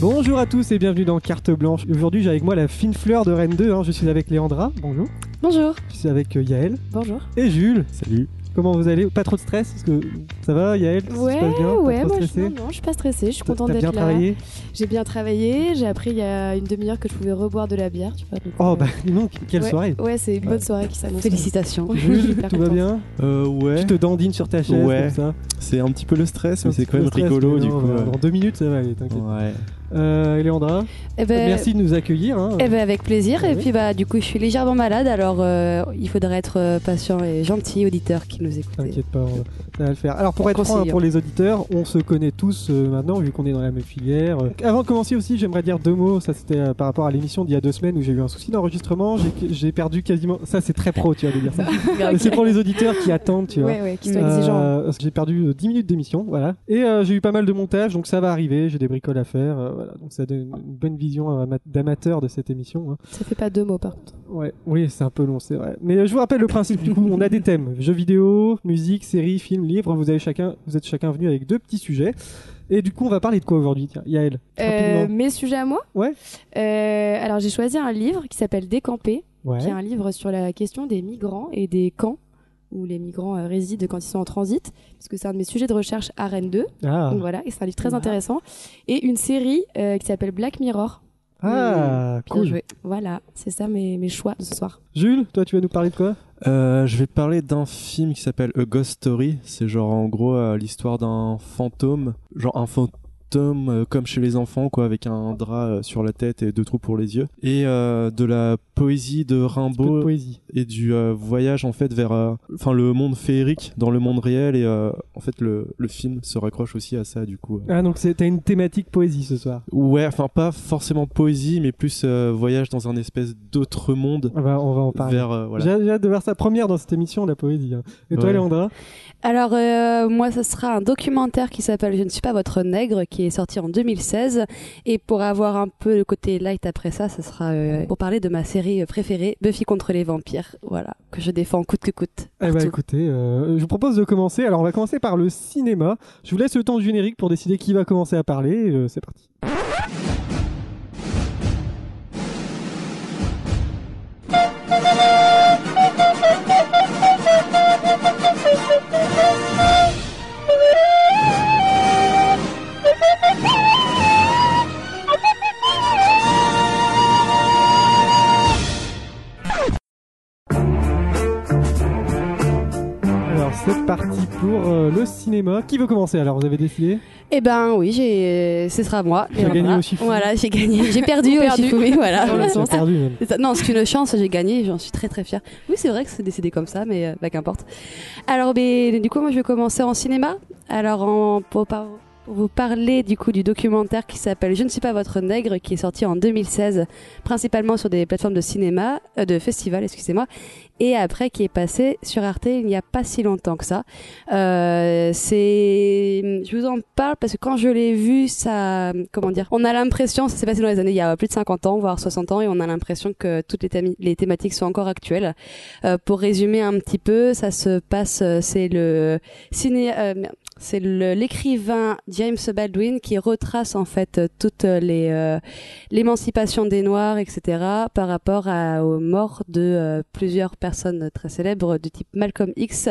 Bonjour à tous et bienvenue dans Carte Blanche. Aujourd'hui, j'ai avec moi la fine fleur de Rennes 2. hein. Je suis avec Léandra. Bonjour. Bonjour. Je suis avec euh, Yael. Bonjour. Et Jules. Salut. Comment vous allez Pas trop de stress Parce que ça va, Yael Ça se Ouais, passe bien Pas Oh ouais, trop moi je, stressé non, non, je suis pas stressée, je suis T'as- contente T'as d'être bien là. travaillé J'ai bien travaillé, j'ai appris il y a une demi-heure que je pouvais reboire de la bière, tu vois. donc, euh, Oh, bah dis donc, quelle ouais, soirée Ouais, c'est une bonne soirée qui s'annonce. Félicitations. Ouais, je suis Jules, hyper tout va contente. bien Euh, ouais. Tu te dandines sur ta chaise Ouais. comme ça C'est un petit peu le stress, mais c'est quand Un même petit peu de stress, rigolo mais du non, coup. bah, Dans deux minutes, ça va aller, euh, t'inquiète. Ouais. Euh, et Léandra, Eh Bah, ben, merci de nous accueillir. hein. eh ben, avec plaisir. Ouais. Et puis bah du coup je suis légèrement malade, alors euh, il faudrait être euh, patient et gentil auditeur qui nous écoute. T'inquiète pas, on- ça va le faire. Alors pour être Conseiller. franc, hein, pour les auditeurs, on se connaît tous euh, maintenant vu qu'on est dans la même filière. Euh, Avant de commencer aussi, j'aimerais dire deux mots. Ça c'était euh, par rapport à l'émission d'il y a deux semaines où j'ai eu un souci d'enregistrement. J'ai- J'ai perdu quasiment. Ça c'est très pro, tu vas de dire ça. Mais C'est pour les auditeurs qui attendent, tu vois. Ouais, ouais, qui sont Euh, exigeants. parce que j'ai perdu euh, 10 minutes d'émission, voilà. Et euh, j'ai eu pas mal de montage, donc ça va arriver, j'ai des bricoles à faire, euh, voilà. Donc ça donne une bonne vision euh, ama- d'amateur de cette émission. hein. Ça fait pas deux mots par contre. Ouais, oui, c'est un peu long, c'est vrai. Mais euh, je vous rappelle le principe du coup, on a des thèmes jeux vidéo, musique, séries, films, livres. Vous avez chacun, vous êtes chacun venu avec deux petits sujets. Et du coup, on va parler de quoi aujourd'hui Tiens, Yael. Euh, Rapidement. mes sujets à moi Ouais. Euh, alors j'ai choisi un livre qui s'appelle Décamper, qui est Ouais. un livre sur la question des migrants et des camps où les migrants euh, résident quand ils sont en transit, parce que c'est un de mes sujets de recherche à Rennes 2. Ah. Donc voilà, et c'est un livre très Wow. intéressant. Et une série euh, qui s'appelle Black Mirror. Ah, Bien cool. joué. Voilà, c'est ça mes, mes choix de ce soir. Jules, toi, tu vas nous parler de quoi Euh, je vais parler d'un film qui s'appelle A Ghost Story. C'est genre en gros euh, l'histoire d'un fantôme, genre un fantôme euh, comme chez les enfants, quoi, avec un drap euh, sur la tête et deux trous pour les yeux, et euh, de la poésie de Un peu de Rimbaud poésie. et du euh, voyage en fait vers, euh, enfin le monde féerique dans le monde réel et euh, en fait le, le film se raccroche aussi à ça du coup. Ah, donc c'est- t'as une thématique poésie ce soir. Ouais, enfin pas forcément poésie, mais plus euh, voyage dans un espèce d'autre monde Ah bah, on va en parler. vers euh, voilà. J'ai j'ai hâte de voir sa première dans cette émission, la poésie. hein. Et toi, Ouais. Léandra Alors euh, moi ce sera un documentaire qui s'appelle Je ne suis pas votre nègre qui est sorti en 2016 et pour avoir un peu le côté light après ça, ce sera euh, pour parler de ma série préférée Buffy contre les vampires, voilà que je défends coûte que coûte. Eh ben partout. écoutez, euh, je vous propose de commencer. Alors on va commencer par le cinéma. Je vous laisse le temps du générique pour décider qui va commencer à parler. Euh, c'est parti. Alors c'est parti pour euh, le cinéma. Qui veut commencer Alors vous avez décidé Eh ben oui, j'ai euh, ce sera moi. Tu as gagné Léandra. au Shifu. Voilà, j'ai gagné, j'ai perdu, Perdu. au Shifu, mais voilà. Tu Pour as l'instant, ça- Ah, perdu même. C'est ça. Non, c'est une chance, j'ai gagné, j'en suis très très fière. Oui, c'est vrai que c'est décidé comme ça, mais euh, bah, qu'importe. Alors, ben, du coup, moi je vais commencer en cinéma. Alors, en, pour, par- pour vous parler du coup du documentaire qui s'appelle Je ne suis pas votre nègre, qui est sorti en 2016, principalement sur des plateformes de cinéma, euh, de festival, excusez-moi, et après qui est passé sur Arte il n'y a pas si longtemps que ça. Euh, c'est, je vous en parle parce que quand je l'ai vu, ça, comment dire, on a l'impression, ça s'est passé dans les années il y a plus de 50 ans, voire 60 ans, et on a l'impression que toutes les, thami- les thématiques sont encore actuelles. Euh, pour résumer un petit peu, ça se passe, euh, c'est le ciné, euh, merde, c'est le- l'écrivain James Baldwin qui retrace en fait euh, toutes les euh, l'émancipation des Noirs, etc. par rapport à- aux morts de euh, plusieurs personnes très célèbres du type Malcolm X,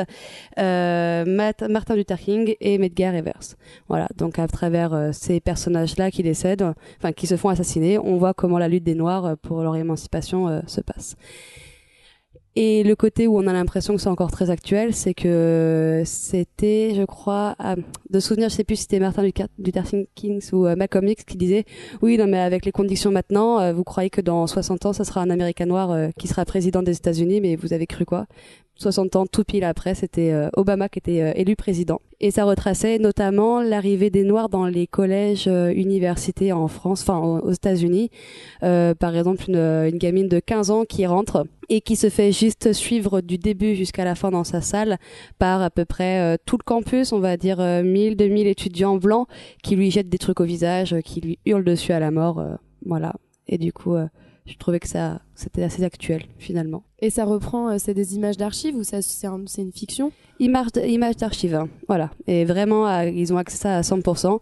euh, Mat- Martin Luther King et Medgar Evers. Voilà, donc à travers euh, ces personnages-là qui décèdent, euh, enfin qui se font assassiner, on voit comment la lutte des Noirs euh, pour leur émancipation euh, se passe. Et le côté où on a l'impression que c'est encore très actuel, c'est que c'était, je crois, ah, de souvenir, je sais plus si c'était Martin Luca- Luther King ou euh, Malcolm X qui disait oui, non mais avec les conditions maintenant, euh, vous croyez que dans 60 ans, ça sera un Américain noir euh, qui sera président des États-Unis, mais vous avez cru quoi 60 ans tout pile après, c'était euh, Obama qui était euh, élu président. Et ça retraçait notamment l'arrivée des Noirs dans les collèges, euh, universités en France, enfin en- aux États-Unis. Euh, par exemple, une, euh, une gamine de 15 ans qui rentre et qui se fait juste suivre du début jusqu'à la fin dans sa salle par à peu près euh, tout le campus, on va dire euh, 1000, 2000 étudiants blancs qui lui jettent des trucs au visage, euh, qui lui hurlent dessus à la mort. euh, voilà. Et du coup, euh, je trouvais que ça, c'était assez actuel finalement. Et ça reprend, euh, c'est des images d'archives ou ça c'est un- c'est une fiction Image, image d'archives, hein. voilà. Et vraiment, à- ils ont accès à ça à 100%.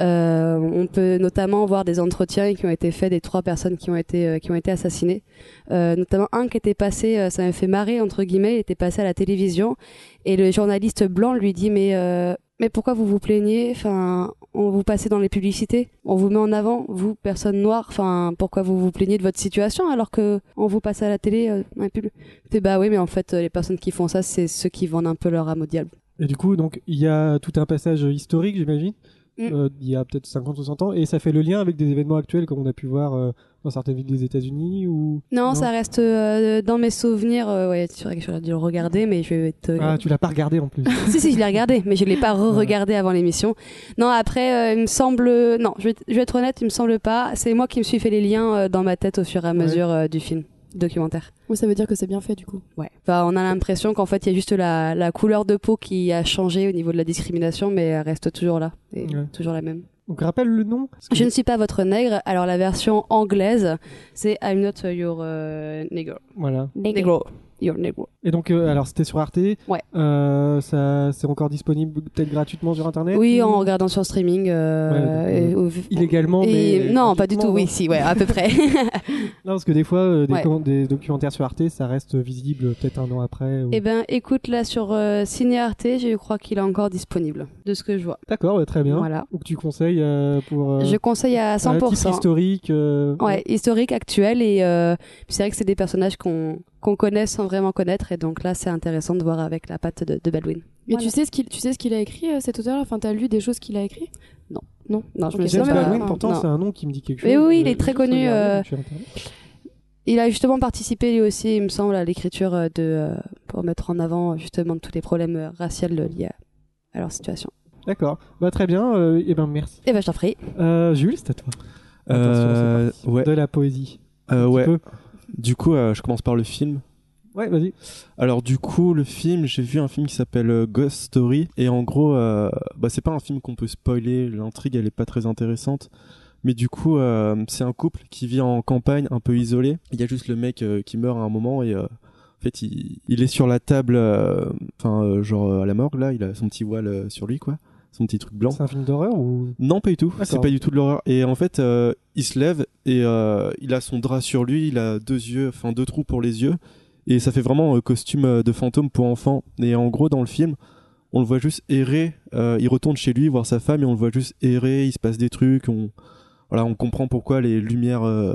Euh, on peut notamment voir des entretiens qui ont été faits des trois personnes qui ont été, euh, qui ont été assassinées. Euh, notamment un qui était passé, euh, ça m'a fait marrer, entre guillemets, il était passé à la télévision et le journaliste blanc lui dit mais, euh, mais pourquoi vous vous plaignez enfin, On vous passez dans les publicités, on vous met en avant, vous, personne noire, enfin, pourquoi vous vous plaignez de votre situation alors que on vous passe à la télé euh, dans les pubs Fait, Bah oui, mais en fait, euh, les personnes qui font ça, c'est ceux qui vendent un peu leur âme au diable. Et du coup, donc, il y a tout un passage historique, j'imagine, Mm. euh, il y a peut-être 50 ou 100 ans, et ça fait le lien avec des événements actuels comme on a pu voir euh, dans certaines villes des États-Unis ou. Non, ça reste euh, dans mes souvenirs. euh, ouais, c'est vrai que j'aurais dû le regarder, mais je vais te. Ah, tu l'as pas regardé en plus. si, si, je l'ai regardé, mais je ne l'ai pas re-regardé avant l'émission. Non, après, euh, il me semble. Non, je vais, je vais être honnête, il me semble pas. C'est moi qui me suis fait les liens euh, dans ma tête au fur et à Ouais. mesure euh, du film documentaire. Oui, ça veut dire que c'est bien fait du coup. Ouais. Enfin, on a l'impression qu'en fait, il y a juste la, la couleur de peau qui a changé au niveau de la discrimination, mais elle reste toujours là. Et Ouais. toujours la même. Donc, rappelle le nom. parce que- Je ne suis pas votre nègre. Alors, la version anglaise, c'est I'm not your euh, nigger. Voilà. Negro. Your negro. Et donc, euh, alors, c'était sur Arte. Ouais. Euh, ça, c'est encore disponible peut-être gratuitement sur Internet. Oui, ou- en regardant sur streaming. euh, Ouais, donc, et- ou- Illégalement, et- mais. non, pas du tout. gratuitement, Oui, non si, ouais, à peu près. Non, parce que des fois, euh, des, Ouais. com- des documentaires sur Arte, ça reste visible peut-être un an après. ou- eh ben, écoute, là sur euh, Ciné Arte, je crois qu'il est encore disponible, de ce que je vois. D'accord, ouais, très bien. Voilà. Ou que tu conseilles euh, pour. euh, Je conseille à un titre 100%. historique. euh, Ouais, historique, actuel, et euh, puis c'est vrai que c'est des personnages qu'on qu'on connaît sans vraiment connaître, et donc là c'est intéressant de voir avec la patte de, de Baldwin. Mais Voilà. tu sais ce qu'il tu sais ce qu'il a écrit euh, cet auteur Enfin, t'as lu des choses qu'il a écrit Non. Non, je Ok, me James souviens. mais Baldwin, non, pourtant, non. c'est un nom qui me dit quelque chose. Mais oui, Euh, il est très je connu, sais, euh, sur Internet. Il a justement participé lui aussi, il me semble, à l'écriture euh, de euh, pour mettre en avant euh, justement tous les problèmes euh, raciaux euh, liés à- à leur situation. D'accord. Bah, très bien. euh, eh ben, merci. Et ben je t'en prie. Euh, Jules, c'est à toi. Attention, c'est Euh, parti. ouais, De la poésie. euh, Un petit ouais. peu. Du coup, euh, je commence par le film. Ouais, vas-y. Alors du coup, le film, j'ai vu un film qui s'appelle euh, Ghost Story et en gros, euh, bah, c'est pas un film qu'on peut spoiler. L'intrigue, elle est pas très intéressante. Mais du coup, euh, c'est un couple qui vit en campagne, un peu isolé. Il y a juste le mec euh, qui meurt à un moment et euh, en fait, il, il est sur la table, euh, enfin euh, genre euh, à la morgue là. Il a son petit voile euh, sur lui, quoi, son petit truc blanc. C'est un film d'horreur ou. Non, pas du tout. D'accord. Ah, C'est pas du tout de l'horreur. Et en fait, euh, il se lève et euh, il a son drap sur lui. Il a deux yeux, enfin deux trous pour les yeux. Et ça fait vraiment euh, costume euh, de fantôme pour enfant. Et en gros, dans le film, on le voit juste errer. Euh, il retourne chez lui voir sa femme et on le voit juste errer. Il se passe des trucs. On voilà, on comprend pourquoi les lumières euh,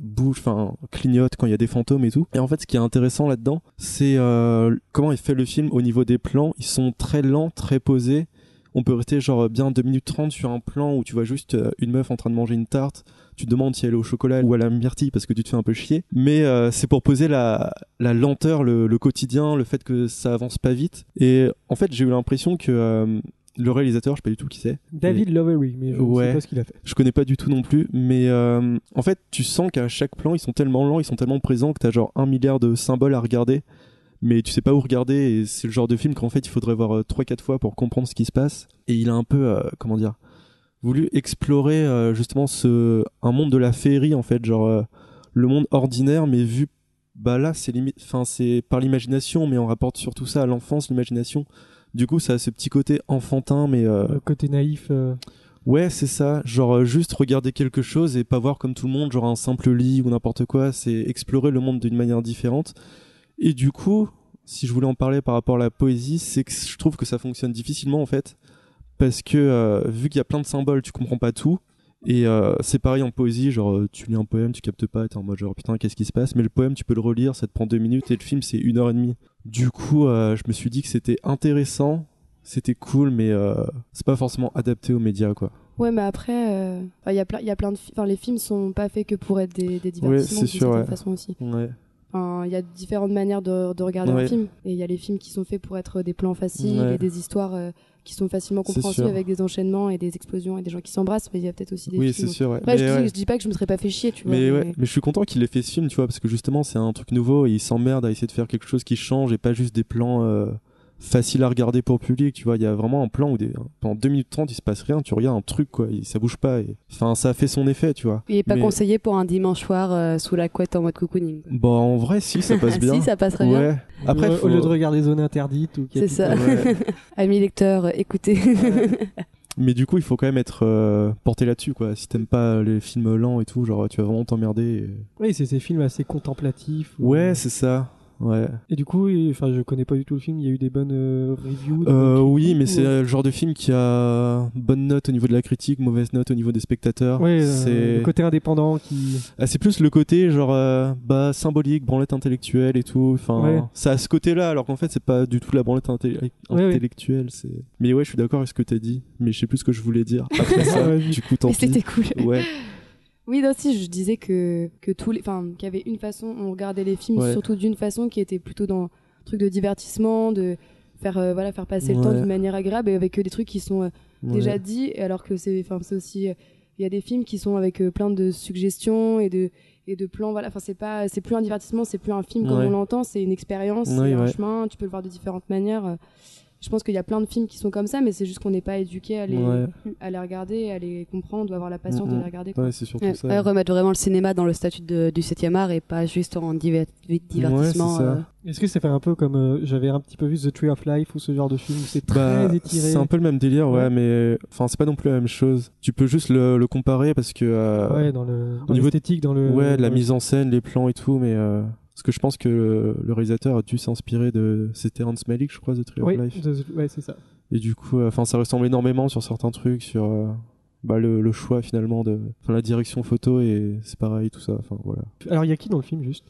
bougent, enfin clignotent quand il y a des fantômes et tout. Et en fait, ce qui est intéressant là-dedans, c'est euh, comment il fait le film au niveau des plans. Ils sont très lents, très posés on peut rester genre bien 2 minutes 30 sur un plan où tu vois juste euh, une meuf en train de manger une tarte, tu te demandes si elle est au chocolat ou à la myrtille parce que tu te fais un peu chier. Mais euh, c'est pour poser la, la lenteur, le, le quotidien, le fait que ça avance pas vite. Et en fait, j'ai eu l'impression que euh, le réalisateur, je sais pas du tout qui c'est, David Lowery, mais je ne sais Ouais. pas ce qu'il a fait. je connais pas du tout non plus, mais euh, en fait, tu sens qu'à chaque plan, ils sont tellement lents, ils sont tellement présents que t'as genre un milliard de symboles à regarder, mais tu sais pas où regarder, et c'est le genre de film qu'en fait, il faudrait voir 3-4 fois pour comprendre ce qui se passe. Et il a un peu, euh, comment dire, voulu explorer euh, justement ce, un monde de la féerie, en fait, genre euh, le monde ordinaire, mais vu, bah là, c'est limite, enfin, c'est par l'imagination, mais on rapporte surtout ça à l'enfance, l'imagination. Du coup, ça a ce petit côté enfantin, mais. euh, Le côté naïf. euh, Ouais, c'est ça. Genre, euh, juste regarder quelque chose et pas voir comme tout le monde, genre un simple lit ou n'importe quoi. C'est explorer le monde d'une manière différente. Et du coup, si je voulais en parler par rapport à la poésie, c'est que je trouve que ça fonctionne difficilement en fait. Parce que, euh, vu qu'il y a plein de symboles, tu comprends pas tout. Et euh, c'est pareil en poésie, genre euh, tu lis un poème, tu captes pas, t'es en mode genre putain qu'est-ce qui se passe, mais le poème tu peux le relire, ça te prend deux minutes et le film c'est une heure et demie. Du coup euh, je me suis dit que c'était intéressant, c'était cool, mais euh, c'est pas forcément adapté aux médias quoi. Ouais, mais après, euh, enfin, il y a plein, il y a plein de, fi- enfin, les films sont pas faits que pour être des, des divertissements. c'est d'une sûr, certaine ouais. façon aussi. Ouais. Enfin, il y a différentes manières de, de regarder un Ouais. film. Et il y a les films qui sont faits pour être des plans faciles Ouais. et des histoires euh, qui sont facilement C'est compréhensibles sûr. avec des enchaînements et des explosions et des gens qui s'embrassent. Mais il y a peut-être aussi des Oui, c'est films. sûr. ouais. Après, je, Mais dis, ouais. je dis pas que je me serais pas fait chier, tu vois. Mais ouais, mais je suis content qu'il ait fait ce film, tu vois, parce que justement, c'est un truc nouveau et il s'emmerde à essayer de faire quelque chose qui change et pas juste des plans euh, faciles à regarder pour le public, tu vois. Il y a vraiment un plan où des, pendant 2 minutes 30, il se passe rien, tu regardes un truc, quoi, et ça bouge pas. Et... Enfin, ça a fait son effet, tu vois. Il est pas Mais- conseillé pour un dimanche soir euh, sous la couette en mode cocooning. Bon, Bah, en vrai, si, ça passe bien. si, ça passe très bien. ouais. Après, au, faut- au lieu de regarder Zone Interdite ou C'est ça. Capitaine- euh, Ouais. Amis lecteurs, euh, écoutez. Mais du coup, il faut quand même être euh, porté là-dessus, quoi. Si t'aimes pas les films lents et tout, genre, tu vas vraiment t'emmerder. et- Oui, c'est ces films assez contemplatifs. où- Ouais, c'est ça. Ouais. Et du coup, il- enfin, je connais pas du tout le film. Il y a eu des bonnes euh, reviews. des Euh, bonnes oui, mais c'est critiques, le genre de film qui a bonne note au niveau de la critique, mauvaise note au niveau des spectateurs. ou- Ouais, euh, c'est le côté indépendant qui. Ah, c'est plus le côté genre euh, bah symbolique, branlette intellectuelle et tout. Enfin, Ouais. ça a ce côté-là, alors qu'en fait c'est pas du tout la branlette intelli- ouais. intellectuelle. C'est. Mais ouais, je suis d'accord avec ce que t'as dit, mais je sais plus ce que je voulais dire. Après ça, Ouais, du coup, tant Mais pis. c'était cool. Ouais, Oui, non, si, je disais que, que tous les. Enfin, qu'il y avait une façon, on regardait les films Ouais. surtout d'une façon qui était plutôt dans le truc de divertissement, de faire, euh, voilà, faire passer le temps Ouais. d'une manière agréable et avec euh, des trucs qui sont euh, déjà ouais. dits, alors que c'est enfin, c'est aussi. euh, Il y a des films qui sont avec euh, plein de suggestions et de, et de plans, voilà. Enfin, c'est pas- c'est plus un divertissement, c'est plus un film comme Ouais. on l'entend, c'est une expérience, Ouais, c'est un ouais. chemin, tu peux le voir de différentes manières. euh. Je pense qu'il y a plein de films qui sont comme ça, mais c'est juste qu'on n'est pas éduqué à les, Ouais. à les regarder, à les comprendre, on doit avoir la patience de Mhm. les regarder. quoi. Ouais, c'est surtout Ouais, ça. ouais, euh, remettre vraiment le cinéma dans le statut de- du 7 e art et pas juste en diver- divertissement. ça. euh, Est-ce que ça fait un peu comme euh, j'avais un petit peu vu The Tree of Life ou ce genre de film où c'est Bah, très étiré c'est un peu le même délire, ouais, Ouais. mais enfin, c'est pas non plus la même chose. Tu peux juste le, le comparer parce que euh, ouais, dans le dans niveau- l'esthétique, dans le Ouais, de la dans- mise en scène, les plans et tout, mais euh, parce que je pense que le, le réalisateur a dû s'inspirer de c'était Hans Malik, je crois, de Tree of Oui, Life. de- ouais, c'est ça. Et du coup, euh, enfin, ça ressemble énormément sur certains trucs, sur euh, bah, le, le choix finalement de, enfin, la direction photo et c'est pareil tout ça. Enfin voilà. Alors, il y a qui dans le film juste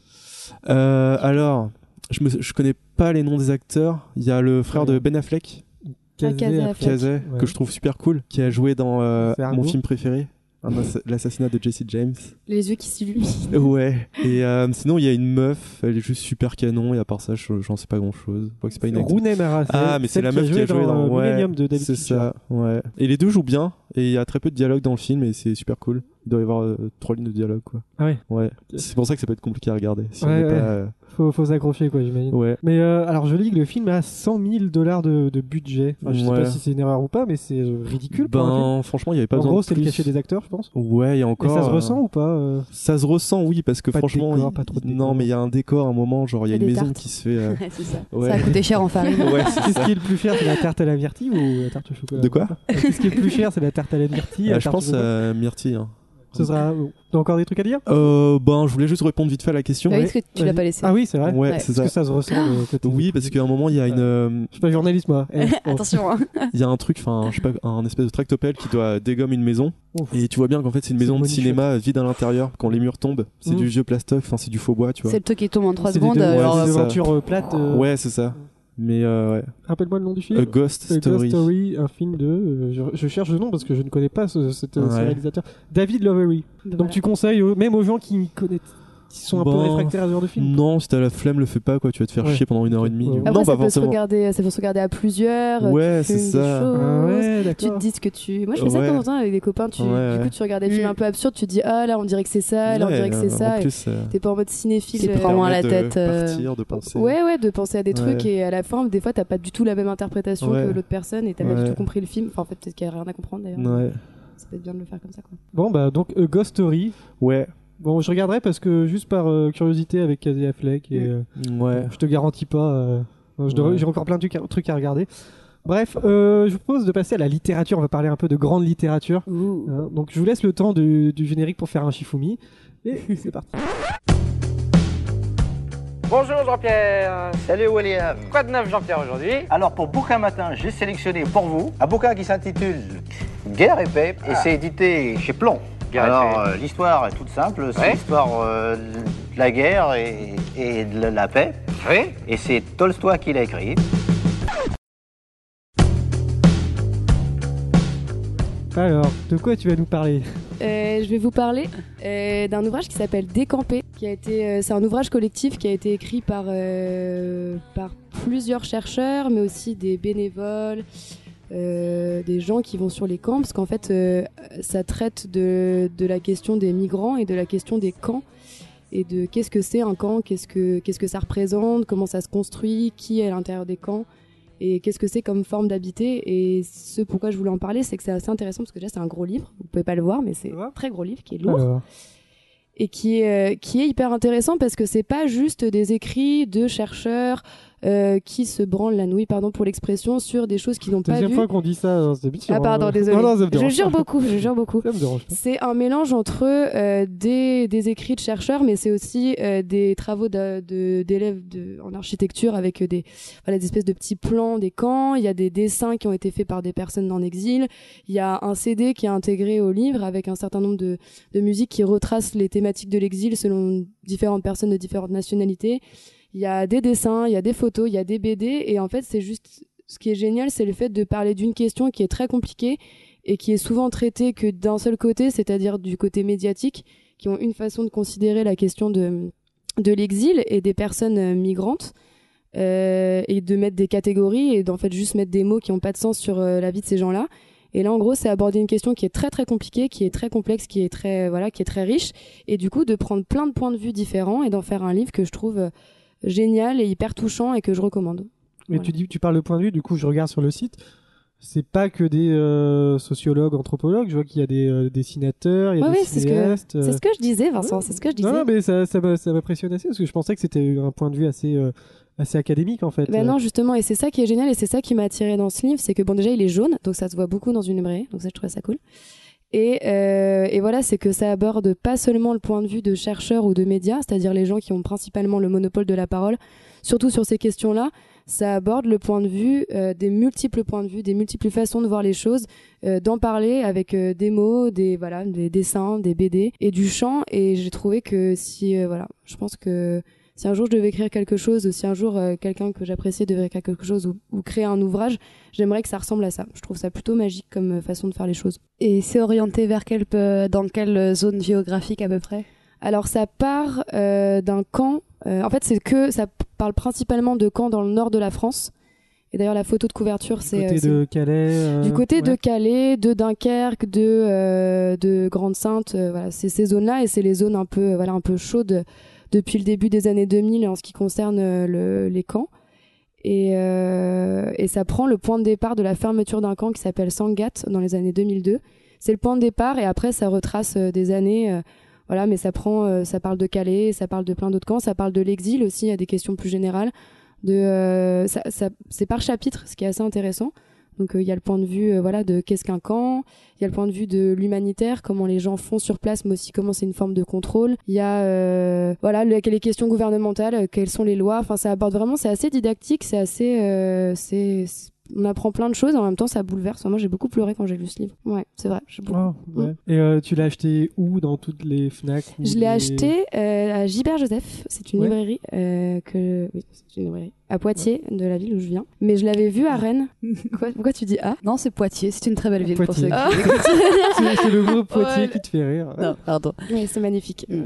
Euh, alors, je me, je connais pas les noms des acteurs. Il y a le frère Ouais. de Ben Affleck, Ah, Casey Affleck. Affleck. Kazay, Ouais. que je trouve super cool, qui a joué dans euh, C'est Argo. mon film préféré, Ah, un ass- l'assassinat de Jesse James. Les yeux qui s'illuminent. Ouais. Et euh, sinon, il y a une meuf, elle est juste super canon, et à part ça, je- j'en sais pas grand chose. Je crois que c'est pas une actrice. Rooney Mara. c'est Ah, mais c'est celle la meuf qui a joué dans, euh, ouais, Millennium de David C'est Fincher. ça, ouais. Et les deux jouent bien, et il y a très peu de dialogue dans le film, et c'est super cool. Il doit y avoir euh, trois lignes de dialogue, quoi. Ah ouais. Ouais. C'est pour ça que ça peut être compliqué à regarder. Si Ouais, on n'est ouais. Pas, euh, Faut, faut s'accrocher, quoi, j'imagine. ouais. Mais euh, alors, je lis que le film a 100 000 dollars de, de budget. Enfin, je sais Ouais. pas si c'est une erreur ou pas, mais c'est euh, ridicule. pour un film. Ben, franchement, il n'y avait pas en besoin gros, de c'est plus. le cachet des acteurs, je pense. Ouais, il Et y a encore. ça se euh, ressent ou pas euh Ça se ressent, oui, parce que Pas de franchement, décor, il- pas trop de décor. non, mais il y a un décor à un moment, genre il y a Il y a une des maison tartes. qui se fait. euh, ouais, c'est ça. Ouais. Ça a coûté cher en farine. ouais, c'est Qu'est-ce ça. qui est le plus cher C'est la tarte à la myrtille ou la tarte au chocolat De quoi Qu'est-ce qui est le plus cher C'est la tarte à la myrtille Ah, la Je tarte au pense chocolat à Myrtille. hein. Ce sera. euh, T'as encore des trucs à dire Euh, ben, je voulais juste répondre vite fait à la question. Ah oui, Ouais, parce que tu l'as Vas-y. pas laissé. Ah oui, c'est vrai. Ouais, Ouais. c'est Est-ce ça. que ça se ressent euh, le côté- Oui, parce qu'à un moment, il y a une, euh, Je suis pas journaliste, moi. Eh, bon. Attention. hein. Ah. il y a un truc, enfin, je sais pas, un espèce de tractopelle qui doit dégommer une maison. Ouf. Et tu vois bien qu'en fait, c'est une C'est maison de bonicheux. cinéma vide à l'intérieur. Quand les murs tombent, c'est Mm. du vieux plastoc, enfin, c'est du faux bois, tu C'est vois. le truc qui tombe en 3 C'est des secondes. deux- ouais, alors, c'est des ça. aventures euh, plates. euh, Ouais, Euh, c'est ça. Mais euh, ouais. Rappelle-moi le nom du film. A Ghost A Ghost Story. Story, un film de. euh, je, je cherche le nom parce que je ne connais pas ce, cet, euh, ce Ouais. réalisateur. David Lowery. Donc Donc tu conseilles euh, même aux gens qui connaissent, qui sont un peu Bon. Mm. réfractaires à ce genre de film. Non, si t'as la flemme, le fais pas, quoi. Tu vas te faire Ouais. chier pendant une heure et demie. Ouais. du coup. Après, Après, non, ça, pas peut se forcément. regarder, ça peut se regarder euh, à plusieurs. Ouais, tu c'est fumes des ça. Ah choses, ouais, Tu te d'accord. dis ce que tu. Moi, je fais ça Ouais. quand on temps avec des copains. Tu... Ouais, Du ouais. coup, tu regardes des films Mm. un peu absurdes. Tu te dis, ah là, on dirait que c'est ça, là, on Ouais, dirait que c'est euh, ça. En et plus, euh, T'es pas en mode cinéphile. Tu te euh, prends moins la permet de tête, euh, Partir, de penser. Ouais, ouais, de penser à des trucs Ouais. et à la fin, des fois, t'as pas du tout la même interprétation Ouais. que l'autre personne et t'as pas Ouais. du tout compris le film. Enfin, en fait, peut-être qu'il y a rien à comprendre d'ailleurs. Ouais. Ça peut être bien de le faire comme ça, quoi. Bon, bah donc A Ghost Story. Ouais. Bon, je regarderai parce que juste par euh, curiosité avec Casey Affleck. Et, Mm. euh, Ouais. je te garantis pas. euh, non, je devrais- Ouais. J'ai encore plein de trucs à- trucs à regarder. Bref, euh, je vous propose de passer à la littérature. On va parler un peu de grande littérature. Ouh. Hein, donc je vous laisse le temps du, du générique pour faire un Shifumi. Et c'est parti. Bonjour Jean-Pierre. Salut William. Quoi de neuf Jean-Pierre aujourd'hui Alors pour Bouquin Matin, j'ai sélectionné pour vous un bouquin qui s'intitule Guerre et paix et c'est édité chez Plomb. Ah. Guerre et Alors paix. euh, l'histoire est toute simple, c'est Ouais. l'histoire euh, de la guerre et, et de la paix Oui. et c'est Tolstoï qui l'a écrit. Alors, de quoi tu vas nous parler Euh, je vais vous parler euh, d'un ouvrage qui s'appelle Décamper, qui a été, euh, c'est un ouvrage collectif qui a été écrit par euh, par plusieurs chercheurs, mais aussi des bénévoles, euh, des gens qui vont sur les camps, parce qu'en fait, euh, ça traite de de la question des migrants et de la question des camps et de qu'est-ce que c'est un camp, qu'est-ce que qu'est-ce que ça représente, comment ça se construit, qui est à l'intérieur des camps et qu'est-ce que c'est comme forme d'habiter. Et ce pourquoi je voulais en parler, c'est que c'est assez intéressant parce que déjà c'est un gros livre, vous pouvez pas le voir, mais c'est Ouais. un très gros livre qui est lourd Alors, et qui est, euh, qui est hyper intéressant parce que c'est pas juste des écrits de chercheurs euh, qui se branle la nouille, pardon pour l'expression, sur des choses qu'ils n'ont pas Deuxième vues. fois qu'on dit ça dans cette émission. Ah hein. pardon, désolé. Non, non, ça me je dérange jure pas. beaucoup, je jure beaucoup. Ça me dérange pas. C'est un mélange entre euh, des, des écrits de chercheurs, mais c'est aussi euh, des travaux d'a- de- d'élèves de- en architecture avec euh, des, voilà, des espèces de petits plans des camps. Il y a des dessins qui ont été faits par des personnes en exil. Il y a un CD qui est intégré au livre avec un certain nombre de, de musiques qui retracent les thématiques de l'exil selon différentes personnes de différentes nationalités. Il y a des dessins, il y a des photos, il y a des BD. Et en fait, c'est juste. Ce qui est génial, c'est le fait de parler d'une question qui est très compliquée et qui est souvent traité que d'un seul côté, c'est-à-dire du côté médiatique, qui ont une façon de considérer la question de, de l'exil et des personnes euh, migrantes, euh, et de mettre des catégories et d'en fait juste mettre des mots qui n'ont pas de sens sur euh, la vie de ces gens-là. Et là, en gros, c'est aborder une question qui est très très compliquée, qui est très complexe, qui est très euh, voilà, qui est très riche, et du coup de prendre plein de points de vue différents et d'en faire un livre que je trouve euh, génial et hyper touchant et que je recommande. Mais Voilà. tu dis, tu parles de point de vue. Du coup, je regarde sur le site. C'est pas que des euh, sociologues, anthropologues. Je vois qu'il y a des euh, dessinateurs, il y a Ouais, des ouais, c'est ce que- cinéastes. euh, C'est ce que je disais, Vincent. C'est ce que je disais. Non, non, mais ça, ça m'a- ça m'impressionne assez parce que je pensais que c'était un point de vue assez, euh, assez académique en fait. euh, Ben non, justement, et c'est ça qui est génial et c'est ça qui m'a attiré dans ce livre, c'est que bon déjà il est jaune, donc ça se voit beaucoup dans une librairie, donc ça je trouvais ça cool. Et, euh, et voilà, c'est que ça aborde pas seulement le point de vue de chercheurs ou de médias, c'est-à-dire les gens qui ont principalement le monopole de la parole, surtout sur ces questions-là, ça aborde le point de vue euh, des multiples points de vue, des multiples façons de voir les choses, euh, d'en parler avec euh, des mots, des voilà, des dessins, des BD et du chant. Et j'ai trouvé que si euh, voilà, je pense que si un jour je devais écrire quelque chose, ou si un jour euh, quelqu'un que j'appréciais devait écrire quelque chose ou, ou créer un ouvrage, j'aimerais que ça ressemble à ça. Je trouve ça plutôt magique comme euh, façon de faire les choses. Et c'est orienté vers quelle, euh, dans quelle zone géographique à peu près Alors ça part euh, d'un camp. euh, en fait, c'est que ça parle principalement de camps dans le nord de la France. Et d'ailleurs, la photo de couverture, Du c'est euh, côté c'est- de Calais. euh, du côté de ouais. Calais, de Dunkerque, de euh, de Grande-Sainte, euh, voilà, c'est ces zones-là et c'est les zones un peu euh, voilà un peu chaudes depuis le début des années 2000 en ce qui concerne euh, le- les camps. Et, euh, et ça prend le point de départ de la fermeture d'un camp qui s'appelle Sangat dans les années 2002. C'est le point de départ et après ça retrace euh, des années. euh, voilà, mais ça prend, euh, ça parle de Calais, ça parle de plein d'autres camps, ça parle de l'exil aussi, il y a des questions plus générales. De, euh, ça, ça- c'est par chapitre, ce qui est assez intéressant. Donc euh, il y a le point de vue euh, voilà de qu'est-ce qu'un camp, il y a le point de vue de l'humanitaire, comment les gens font sur place, mais aussi comment c'est une forme de contrôle. Il y a euh, voilà le- les questions gouvernementales, euh, quelles sont les lois. Enfin ça aborde vraiment, c'est assez didactique, c'est assez, euh, c'est, c'est- on apprend plein de choses en même temps ça bouleverse. Moi j'ai beaucoup pleuré quand j'ai lu ce livre. Ouais c'est vrai. j'ai beaucoup- Ah, ouais. Et euh, tu l'as acheté où dans toutes les Fnac ou Mm. je les- l'ai acheté euh, à Gibert Joseph, c'est une Ouais. librairie euh, que oui, c'est une librairie à Poitiers de la ville où je viens. Mais je l'avais vu à Rennes. Quoi- pourquoi tu dis ah Non, c'est Poitiers, c'est une très belle ville pour ceux Poitiers. qui... C'est c'est le groupe Poitiers Ouais. qui te fait rire. Ah, Non, pardon. Ouais, c'est magnifique. Mm. Euh,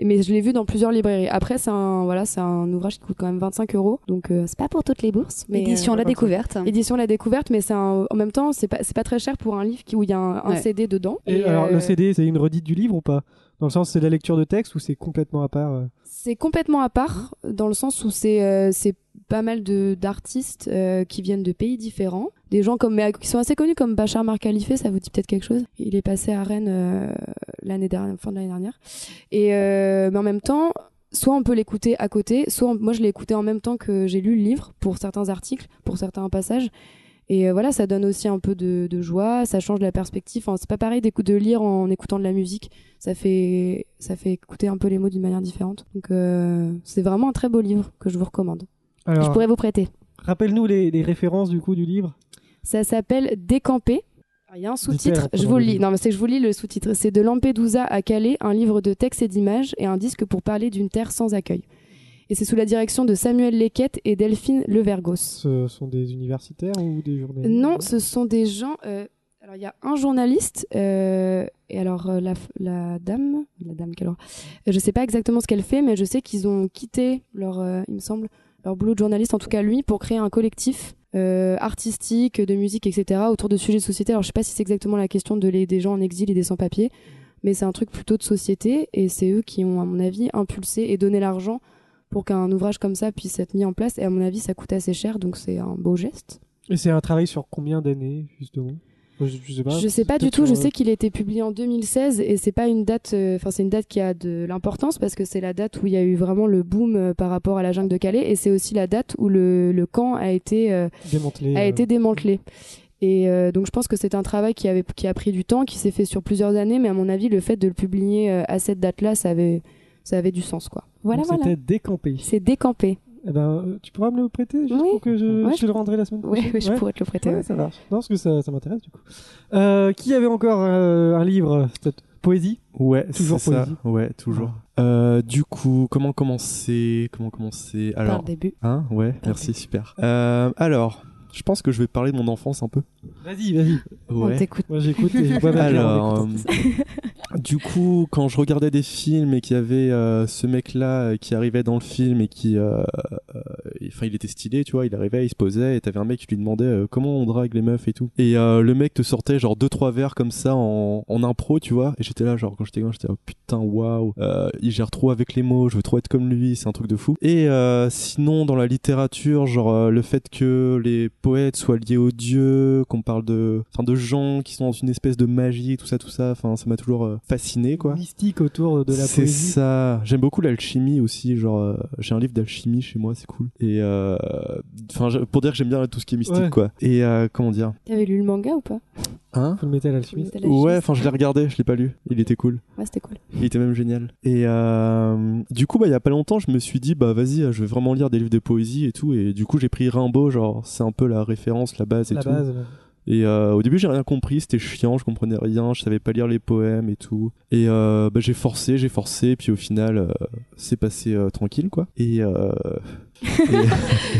Mais je l'ai vu dans plusieurs librairies. Après, c'est un, voilà, c'est un ouvrage qui coûte quand même 25 euros. Donc, euh, c'est pas pour toutes les bourses. Mais, Édition euh, La Découverte. Édition La Découverte, mais c'est un- en même temps, c'est pas, c'est pas très cher pour un livre qui, où il y a un, un Ouais. CD dedans. Et, Et, alors, euh, le CD, c'est une redite du livre ou pas Dans le sens, c'est la lecture de texte ou c'est complètement à part euh C'est complètement à part, dans le sens où c'est euh, c'est pas mal de- d'artistes euh, qui viennent de pays différents. Des gens comme, mais, qui sont assez connus comme Bachar Markhalife, ça vous dit peut-être quelque chose. Il est passé à Rennes euh, l'année dernière, fin de l'année dernière. Et euh, mais en même temps, soit on peut l'écouter à côté, soit on- moi je l'ai écouté en même temps que j'ai lu le livre pour certains articles, pour certains passages. Et euh, voilà, ça donne aussi un peu de, de joie, ça change la perspective. Enfin, c'est pas pareil d'écou- de lire en écoutant de la musique. Ça fait, ça fait écouter un peu les mots d'une manière différente. Donc, euh, c'est vraiment un très beau livre que je vous recommande. Alors, Je pourrais vous prêter. rappelle-nous les, les références du coup du livre. Ça s'appelle Décamper. Alors, Il y a un sous-titre, Dites-le, je vous le lis. pardon. Non, mais c'est que je vous lis le sous-titre. C'est de Lampedusa à Calais, un livre de textes et d'images et un disque pour parler d'une terre sans accueil. Et c'est sous la direction de Samuel Lequette et Delphine Levergos. Ce sont des universitaires ou des journalistes Non, ce sont des gens. euh, alors, il y a un journaliste, euh, et alors euh, la, f- la dame, la dame, quelle horreur. Euh, Je sais pas exactement ce qu'elle fait, mais je sais qu'ils ont quitté leur, euh, il me semble, leur boulot de journaliste, en tout cas lui, pour créer un collectif euh, artistique, de musique, etc., autour de sujets de société. Alors, je sais pas si c'est exactement la question de les, des gens en exil et des sans-papiers, mais c'est un truc plutôt de société, et c'est eux qui ont, à mon avis, impulsé et donné l'argent pour qu'un ouvrage comme ça puisse être mis en place. Et à mon avis, ça coûte assez cher, donc c'est un beau geste. Et c'est un travail sur combien d'années justement Je, je sais pas. Je sais pas du peut-être tout, je sur, euh, sais qu'il a été publié en 2016 et c'est pas une date euh, enfin c'est une date qui a de l'importance parce que c'est la date où il y a eu vraiment le boom euh, par rapport à la jungle de Calais et c'est aussi la date où le, le camp a été euh, démantelé. a euh, été démantelé. Et euh, donc je pense que c'est un travail qui, avait, qui a pris du temps, qui s'est fait sur plusieurs années, mais à mon avis, le fait de le publier euh, à cette date-là, ça avait, ça avait du sens. quoi. Voilà, donc voilà. C'était décampé. C'est décampé. Eh ben, euh, tu pourras me le prêter juste Oui. pour que je, Ouais, je te le rendrai la semaine Oui, prochaine. oui, je Ouais. pourrais te le prêter. Ouais, ouais. ça marche. Non, parce que ça, ça m'intéresse du coup. Euh, qui avait encore euh, un livre cette Poésie Ouais, Toujours c'est ça. poésie. Ouais, toujours. Euh, du coup, comment commencer Comment commencer Par Alors, le début. hein, ouais, merci, super. Euh, alors, je pense que je vais parler de mon enfance un peu. Vas-y, vas-y. On Ouais. Ah, t'écoute. Moi j'écoute et je bois ma bière en écoutant. Alors, euh, du coup, quand je regardais des films et qu'il y avait euh, ce mec-là euh, qui arrivait dans le film et qui, euh, euh, et- enfin, il était stylé, tu vois, il arrivait, il se posait, et t'avais un mec qui lui demandait euh, comment on drague les meufs et tout. Et euh, le mec te sortait genre deux trois vers comme ça en, en impro, tu vois. Et j'étais là, genre quand j'étais gamin, j'étais oh, putain, waouh, euh, il gère trop avec les mots, je veux trop être comme lui, c'est un truc de fou. Et euh, sinon, dans la littérature, genre euh, le fait que les poètes soient liés aux dieux, qu'on parle de, enfin, de gens qui sont dans une espèce de magie, tout ça, tout ça, enfin, ça m'a toujours euh, fasciné, quoi. Mystique autour de la C'est poésie. ça. J'aime beaucoup l'alchimie aussi. Genre, euh, j'ai un livre d'alchimie chez moi, c'est cool. Et euh, enfin, je- pour dire que j'aime bien tout ce qui est mystique, Ouais. quoi. Et euh, comment dire T'avais lu le manga ou pas Hein Faut le métal alchimiste. Full Metal Ouais, Alchemist enfin, je l'ai regardé, je l'ai pas lu. Il était cool. Ouais, c'était cool. Il était même génial. Et euh, du coup, bah, il y a pas longtemps, je me suis dit, bah, vas-y, je vais vraiment lire des livres de poésie et tout. Et du coup, j'ai pris Rimbaud, genre, c'est un peu la référence, la base et La tout. base. ouais. Et euh, au début, j'ai rien compris, c'était chiant, je comprenais rien, je savais pas lire les poèmes et tout. Et euh, bah, j'ai forcé, j'ai forcé, et puis au final, euh, c'est passé euh, tranquille, quoi. Et euh,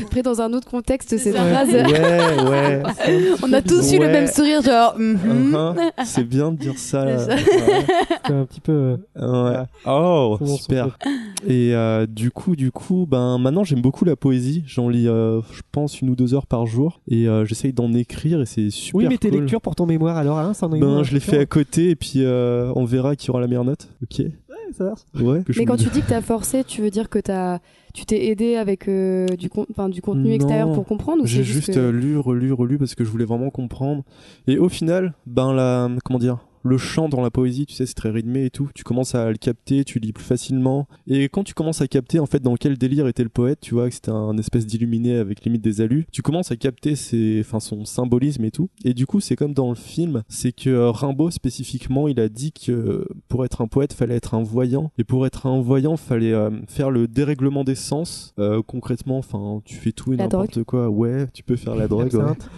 Après, dans un autre contexte, C'est cette ça. phrase, ouais, ouais. On a tous eu le Ouais. même sourire, genre. mhm. uh-huh, c'est bien de dire ça. C'est ça. Ouais. C'était un petit peu. euh, Ouais. Oh, Faut voir son super. Et euh, du coup, du coup, ben maintenant j'aime beaucoup la poésie. J'en lis, euh, je pense, une ou deux heures par jour, et euh, j'essaye d'en écrire, et c'est super. Oui, mais tes cool. lectures pour ton mémoire alors, Alain, ça en est Ben, je l'ai fait à côté, et puis euh, on verra qui aura la meilleure note. Ok. ça marche. Ouais. Que je mais me- quand tu dis que t'as forcé, tu veux dire que t'as, tu t'es aidé avec euh, du, con- enfin, du contenu extérieur Non. pour comprendre ou J'ai c'est juste que- euh, lu, relu, relu parce que je voulais vraiment comprendre. Et au final, ben la, comment dire, le chant dans la poésie, tu sais, c'est très rythmé et tout. Tu commences à le capter, tu lis plus facilement. Et quand tu commences à capter en fait dans quel délire était le poète, tu vois, que c'était un espèce d'illuminé avec limite des alus, tu commences à capter ses, enfin son symbolisme et tout. Et du coup, c'est comme dans le film, c'est que euh, Rimbaud spécifiquement, il a dit que euh, pour être un poète, fallait être un voyant, et pour être un voyant, fallait euh, faire le dérèglement des sens. Euh, concrètement, enfin, tu fais tout et La n'importe quoi. Ouais, tu peux faire la drogue. ouais. Absinthe.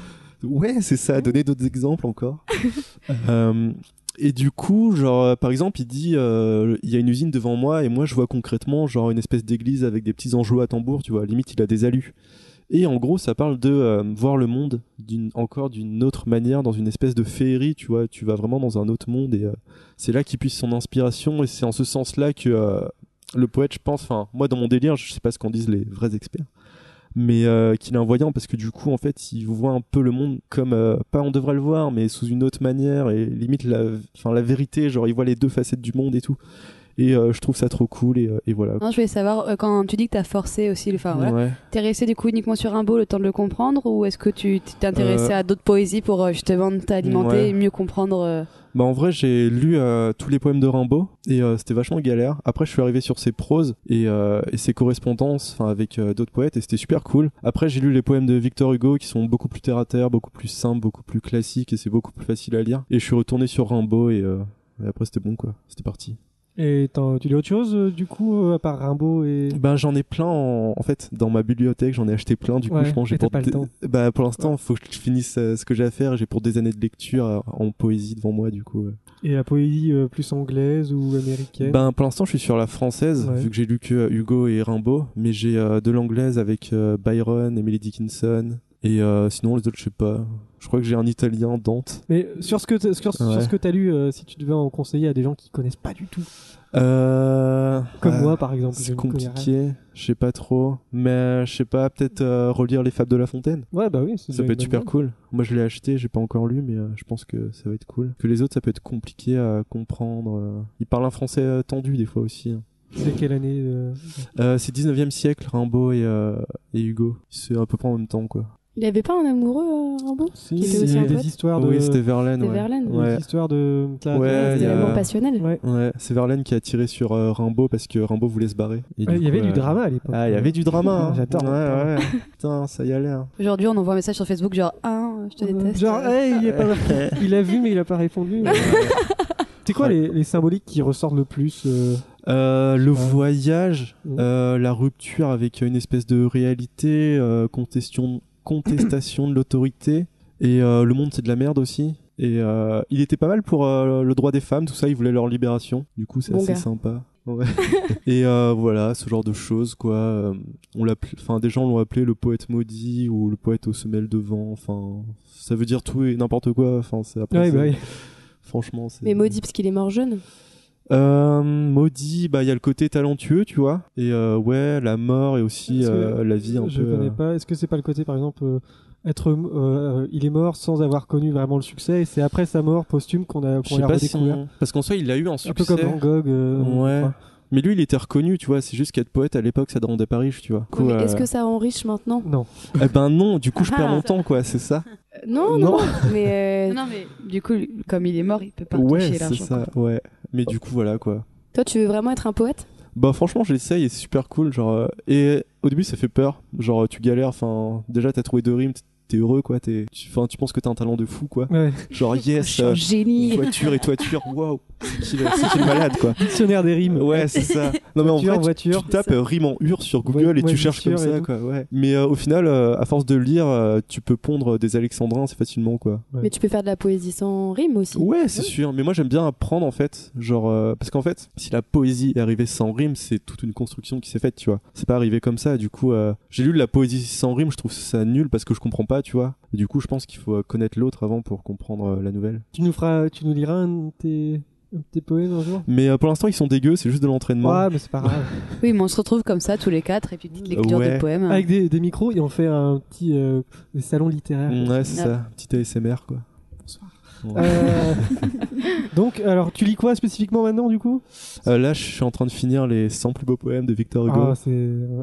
Ouais, c'est ça. Donner d'autres exemples encore. Euh, et du coup, genre, euh, par exemple, il dit, euh, il y a une usine devant moi et moi, je vois concrètement, genre, une espèce d'église avec des petits enjeux à tambour, tu vois. Limite, il a des alus. Et en gros, ça parle de euh, voir le monde d'une encore d'une autre manière, dans une espèce de féerie, tu vois. Tu vas vraiment dans un autre monde et euh, c'est là qu'il puise son inspiration et c'est en ce sens-là que euh, le poète, je pense, enfin, moi dans mon délire, je sais pas ce qu'en disent les vrais experts, mais euh, qu'il est un voyant parce que du coup, en fait, il voit un peu le monde comme euh, pas on devrait le voir, mais sous une autre manière et limite la, enfin, la vérité, genre il voit les deux facettes du monde et tout. Et euh, je trouve ça trop cool et, euh, et voilà. Non, je voulais savoir, euh, quand tu dis que t'as forcé aussi, le- enfin voilà, Ouais. t'es resté du coup uniquement sur Rimbaud le temps de le comprendre ou est-ce que tu tu t'es intéressé Euh. à d'autres poésies pour euh, justement t'alimenter Ouais. et mieux comprendre euh, Bah en vrai j'ai lu euh, tous les poèmes de Rimbaud et euh, c'était vachement galère. Après je suis arrivé sur ses proses et, euh, et ses correspondances enfin, avec euh, d'autres poètes et c'était super cool. Après j'ai lu les poèmes de Victor Hugo qui sont beaucoup plus terre à terre, beaucoup plus simples, beaucoup plus classiques et c'est beaucoup plus facile à lire. Et je suis retourné sur Rimbaud et, euh, et après c'était bon quoi, c'était parti. Et t'en- tu lis autre chose euh, du coup, euh, à part Rimbaud et. Ben j'en ai plein en... en fait dans ma bibliothèque, j'en ai acheté plein du coup Ouais, je pense que j'ai et t'as pour pas le temps. bah pour l'instant, faut que je finisse euh, ce que j'ai à faire, j'ai pour des années de lecture euh, en poésie devant moi du coup. euh. Et la poésie euh, plus anglaise ou américaine Ben, pour l'instant, je suis sur la française, Ouais. vu que j'ai lu que euh, Hugo et Rimbaud, mais j'ai euh, de l'anglaise avec euh, Byron, Emily Dickinson, et euh, sinon les autres, je sais pas. Je crois que j'ai un italien, Dante. Mais sur ce que t'as- sur, sur Ouais. ce que t'as lu, euh, si tu devais en conseiller à des gens qui connaissent pas du tout, Euh, comme ah, moi par exemple, je C'est ne connais rien. compliqué, je sais pas trop, mais je sais pas, peut-être euh, relire Les Fables de La Fontaine. Ouais, bah oui, c'est Ça déjà peut une être super bonne cool. Moi, je l'ai acheté, j'ai pas encore lu, mais euh, je pense que ça va être cool. Que les autres, ça peut être compliqué à comprendre. euh. Ils parlent un français euh, tendu des fois aussi. hein. idée. C'est quelle année euh, Euh, c'est 19e siècle, Rimbaud et, euh, et Hugo. C'est à peu près en même temps, quoi. Il avait pas un amoureux, euh, Rimbaud Si, Qui était il aussi y a un des pote histoires de. Oui, c'était Verlaine. C'était ouais. Verlaine. des Ouais. histoires de. ça, Ouais, de- C'était il y a- l'amour passionnel. Ouais. Ouais, c'est Verlaine qui a tiré sur euh, Rimbaud parce que Rimbaud voulait se barrer. Et Ouais, du Il y coup, avait du euh, drama à l'époque. Ah, il y avait du drama. hein. J'adore. Ouais, ouais. Putain, ça y allait. hein. Aujourd'hui, on envoie un message sur Facebook genre ah, Ah, un, je te déteste. Genre, hey, il, est pas... il a vu, mais il a pas répondu. C'est quoi Ouais. les, les symboliques qui ressortent le plus euh, Euh, le Ouais. voyage, Ouais. euh, la rupture avec une espèce de réalité, euh, contestion- contestation de l'autorité, et euh, le monde c'est de la merde aussi. Et euh, il était pas mal pour euh, le droit des femmes, tout ça, il voulait leur libération. Du coup, c'est Bon assez gars. sympa. Ouais. et euh, voilà, ce genre de choses quoi. Euh, on l'appel- enfin des gens l'ont appelé le poète maudit ou le poète aux semelles de vent. Enfin, ça veut dire tout et n'importe quoi. Enfin, c'est après. Ouais, c'est- bah oui. Franchement, c'est. Mais maudit parce qu'il est mort jeune. Euh, Maudit, bah il y a le côté talentueux, tu vois, et euh, ouais, la mort et aussi Parce que euh, la vie un Je peu. connais euh, pas. Est-ce que c'est pas le côté, par exemple, euh, être, euh, euh, il est mort sans avoir connu vraiment le succès, et c'est après sa mort posthume qu'on a, Je qu'on sais l'a pas si redécouvert. on- parce qu'en soi il l'a eu en Un peu succès. comme Van Gogh. euh, Ouais. enfin, Mais lui il était reconnu, tu vois. C'est juste qu'être poète à l'époque ça te rendait pas riche, tu vois. Du coup, Ouais, mais euh, Est-ce que ça enriche maintenant Non. Eh ben non, du coup je perds Ah. mon temps quoi, c'est ça. Euh, Non, Non. non. mais euh, Non, mais du coup, comme il est mort, il peut pas ouais, toucher c'est l'argent. ça. Ouais. Mais du coup voilà quoi. toi, tu veux vraiment être un poète Bah franchement j'essaye et c'est super cool genre euh, et au début ça fait peur genre euh, tu galères enfin déjà t'as trouvé deux rimes t- t'es heureux quoi t'es tu- enfin tu penses que t'as un talent de fou quoi Ouais. genre yes euh, génie. toiture et toiture waouh c'est qui le- c'est qui le malade quoi Dictionnaire des rimes. Ouais, c'est ça. Non, mais en Voiture, vrai, tu- voiture. tu tapes euh, rime en ur sur Google Ouais, ouais, et tu cherches comme voiture et ça, tout. quoi. Ouais. Mais euh, au final, euh, à force de le lire, euh, tu peux pondre des alexandrins assez facilement, quoi. Mais tu peux faire de la poésie sans rime aussi. Ouais, c'est sûr. Mais moi, j'aime bien apprendre, en fait. Genre, euh, parce qu'en fait, si la poésie est arrivée sans rime, c'est toute une construction qui s'est faite, tu vois. C'est pas arrivé comme ça. Du coup, euh, j'ai lu de la poésie sans rime, je trouve ça nul parce que je comprends pas, tu vois. Et du coup, je pense qu'il faut euh, connaître l'autre avant pour comprendre euh, la nouvelle. Tu nous feras, tu nous liras un de tes, un de tes poèmes un jour. Mais euh, pour l'instant, ils sont dégueux, c'est juste de l'entraînement. Ouais, mais c'est pas grave. Oui, mais on se retrouve comme ça tous les quatre et puis petite lecture Ouais. de poèmes. Avec des, des micros et on fait un petit euh, salon littéraire. Mm, ouais, c'est ça. Petit ASMR, quoi. Bonsoir. Ouais. Euh, donc, alors, tu lis quoi spécifiquement maintenant du coup Euh, là, je suis en train de finir les 100 plus beaux poèmes de Victor Hugo. Ah, c'est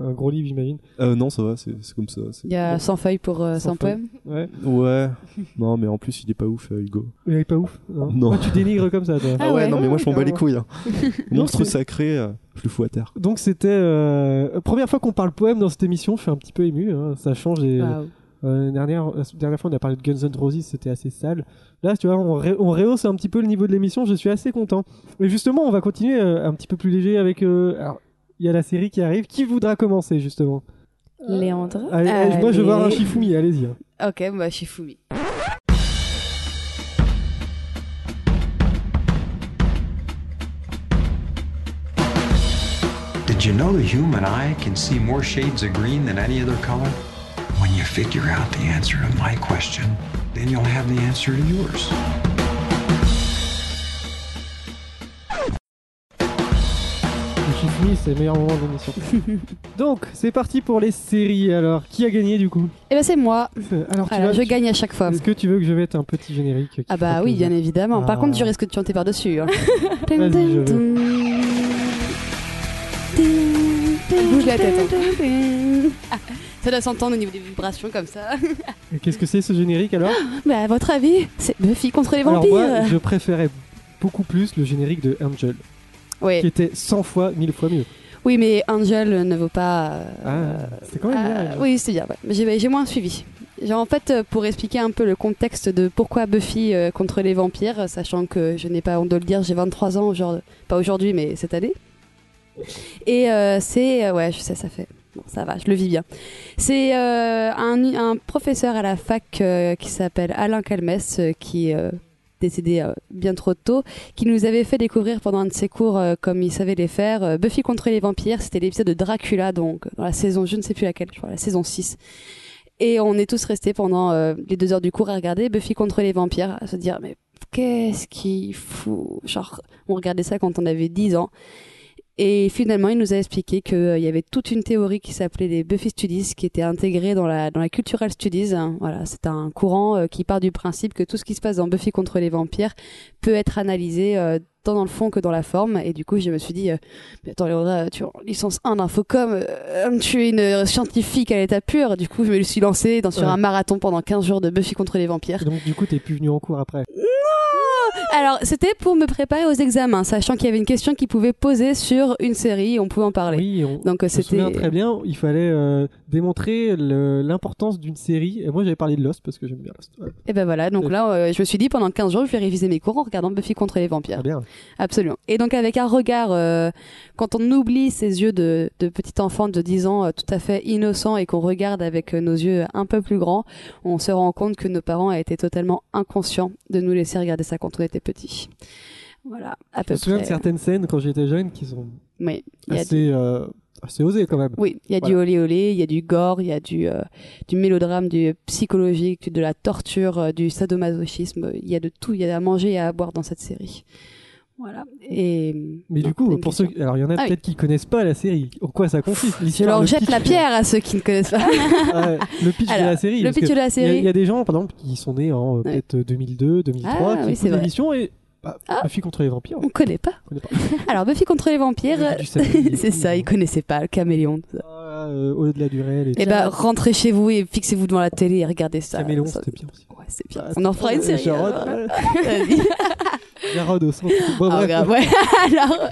un gros livre, j'imagine. Euh, non, ça va, c'est c'est comme ça. c'est- Il y a 100 feuilles pour euh, 100 100, poèmes. Ouais. Ouais. non, mais en plus, il est pas ouf, euh, Hugo. Il est pas ouf. Non. Non. Toi, tu dénigres comme ça, toi. Ah ouais. non, mais moi, je m'en bats les couilles. hein. Monstre c'est- sacré, euh, je le fous à terre. Donc c'était euh, première fois qu'on parle poème dans cette émission. Je suis un petit peu ému. hein, ça change. Et, Ah. Waouh. euh, dernière la dernière fois on a parlé de Guns N' Roses, c'était assez sale. Là, tu vois, on, ré- on rehausse un petit peu le niveau de l'émission. Je suis assez content. Mais justement, on va continuer euh, un petit peu plus léger avec. euh, alors, il y a la série qui arrive. Qui voudra commencer justement Léandre. Allez, allez, Moi, je veux voir un Allez. Shifumi. Allez-y. hein. Ok, bah Shifumi. Did you know the human eye can see more shades of green than any other color? When you figure out the answer to my question, then you'll have the answer to yours. Le Shifumi, c'est le meilleur moment de l'émission. Donc, c'est parti pour les séries. Alors, qui a gagné du coup Et ben c'est moi. Alors, tu Alors, vas- je gagne à chaque fois. Est-ce que tu veux que je mette un petit générique qui Ah bah fera oui, plaisir bien évidemment. Par Ah. contre, je risque de chanter par-dessus. hein. Vas-y, je vais. Bouge la tête. hein. Ah, ça doit s'entendre au niveau des vibrations comme ça. Et Qu'est-ce que c'est ce générique alors Bah à votre avis, c'est Buffy contre les Alors vampires. moi, je préférais beaucoup plus le générique de Angel, Oui. qui était 100 fois, 1000 fois mieux. oui, mais Angel ne vaut pas... euh, Ah, c'est quand même Ah, bien. Angel. oui, c'est bien. ouais. Mais J'ai j'ai moins suivi. Genre, en fait, euh, pour expliquer un peu le contexte de pourquoi Buffy euh, contre les vampires, euh, sachant que je n'ai pas honte de le dire, j'ai 23 ans, genre, pas aujourd'hui, mais cette année. Et euh, c'est. euh, ouais, je sais, ça fait. Bon, ça va, je le vis bien. C'est euh, un, un professeur à la fac euh, qui s'appelle Alain Calmes, euh, qui est euh, décédé euh, bien trop tôt, qui nous avait fait découvrir pendant un de ses cours, euh, comme il savait les faire, euh, Buffy contre les vampires. C'était l'épisode de Dracula, donc dans la saison, je ne sais plus laquelle, je crois, la saison 6. Et on est tous restés pendant euh, les deux heures du cours à regarder Buffy contre les vampires, à se dire, mais qu'est-ce qu'il fout Genre, on regardait ça quand on avait 10 ans. Et finalement, il nous a expliqué qu'il y avait toute une théorie qui s'appelait les Buffy Studies, qui était intégrée dans la, dans la Cultural Studies. hein. Voilà, c'est un courant euh, qui part du principe que tout ce qui se passe dans Buffy contre les vampires peut être analysé euh, tant dans le fond que dans la forme. Et du coup, je me suis dit, euh, mais attends, Léandra, tu es en licence 1 d'infocom, euh, tu es une scientifique à l'état pur. Du coup, je me suis lancée dans, sur Ouais. un marathon pendant 15 jours de Buffy contre les vampires. Donc du coup, t'es plus venu en cours après. Alors, c'était pour me préparer aux examens, sachant qu'il y avait une question qui pouvait poser sur une série et on pouvait en parler. Oui, on, Donc, euh, Je me c'était. souviens très bien, il fallait euh, démontrer le- l'importance d'une série. Et moi, j'avais parlé de Lost parce que j'aime bien Lost. Ouais, Et ben voilà, donc là, euh, je me suis dit pendant 15 jours, je vais réviser mes cours en regardant Buffy contre les vampires. très bien. Absolument. Et donc avec un regard, euh, quand on oublie ces yeux de, de petit enfant de 10 ans euh, tout à fait innocent et qu'on regarde avec euh, nos yeux un peu plus grands, on se rend compte que nos parents étaient totalement inconscients de nous laisser regarder ça quand on était petit. Voilà, à Je peu me souviens de près. certaines scènes quand j'étais jeune qui sont Oui, il y a du- assez, euh, assez osées quand même. oui, il y a du olé olé, il y a du gore, il y a du, euh, du mélodrame, du psychologique, de la torture, euh, du sadomasochisme. Il y a de tout, il y a à manger et à boire dans cette série. Voilà. Et Mais Non, du coup, une pour ceux, alors il y en a Ah oui. peut-être qui connaissent pas la série. En quoi ça consiste Je l'histoire, leur le jette pitch, la pierre à ceux qui ne connaissent pas euh, le pitch de la série. le parce que pitch de la il y a- Il y, série. a des gens, par exemple, qui sont nés en euh, Ouais. peut-être 2002, 2003, Ah, qui oui, c'est écoutent vrai. l'émission et bah, Ah. Buffy contre les vampires. On connaît pas. on connaît pas. Alors Buffy contre les vampires, Le du samedi. c'est ça, ils connaissaient pas le caméléon. Ah, euh, Au-delà du réel et Et bah rentrez chez vous et fixez-vous devant la télé et regardez ça. Caméléon, Ça- c'était bien aussi. Ouais, c'est bien. Ah, On en fera une Euh, série. hein. Jarod, alors. euh, Vas-y. Jarod au centre. Bon, Ah, bref. grave, ouais. Alors,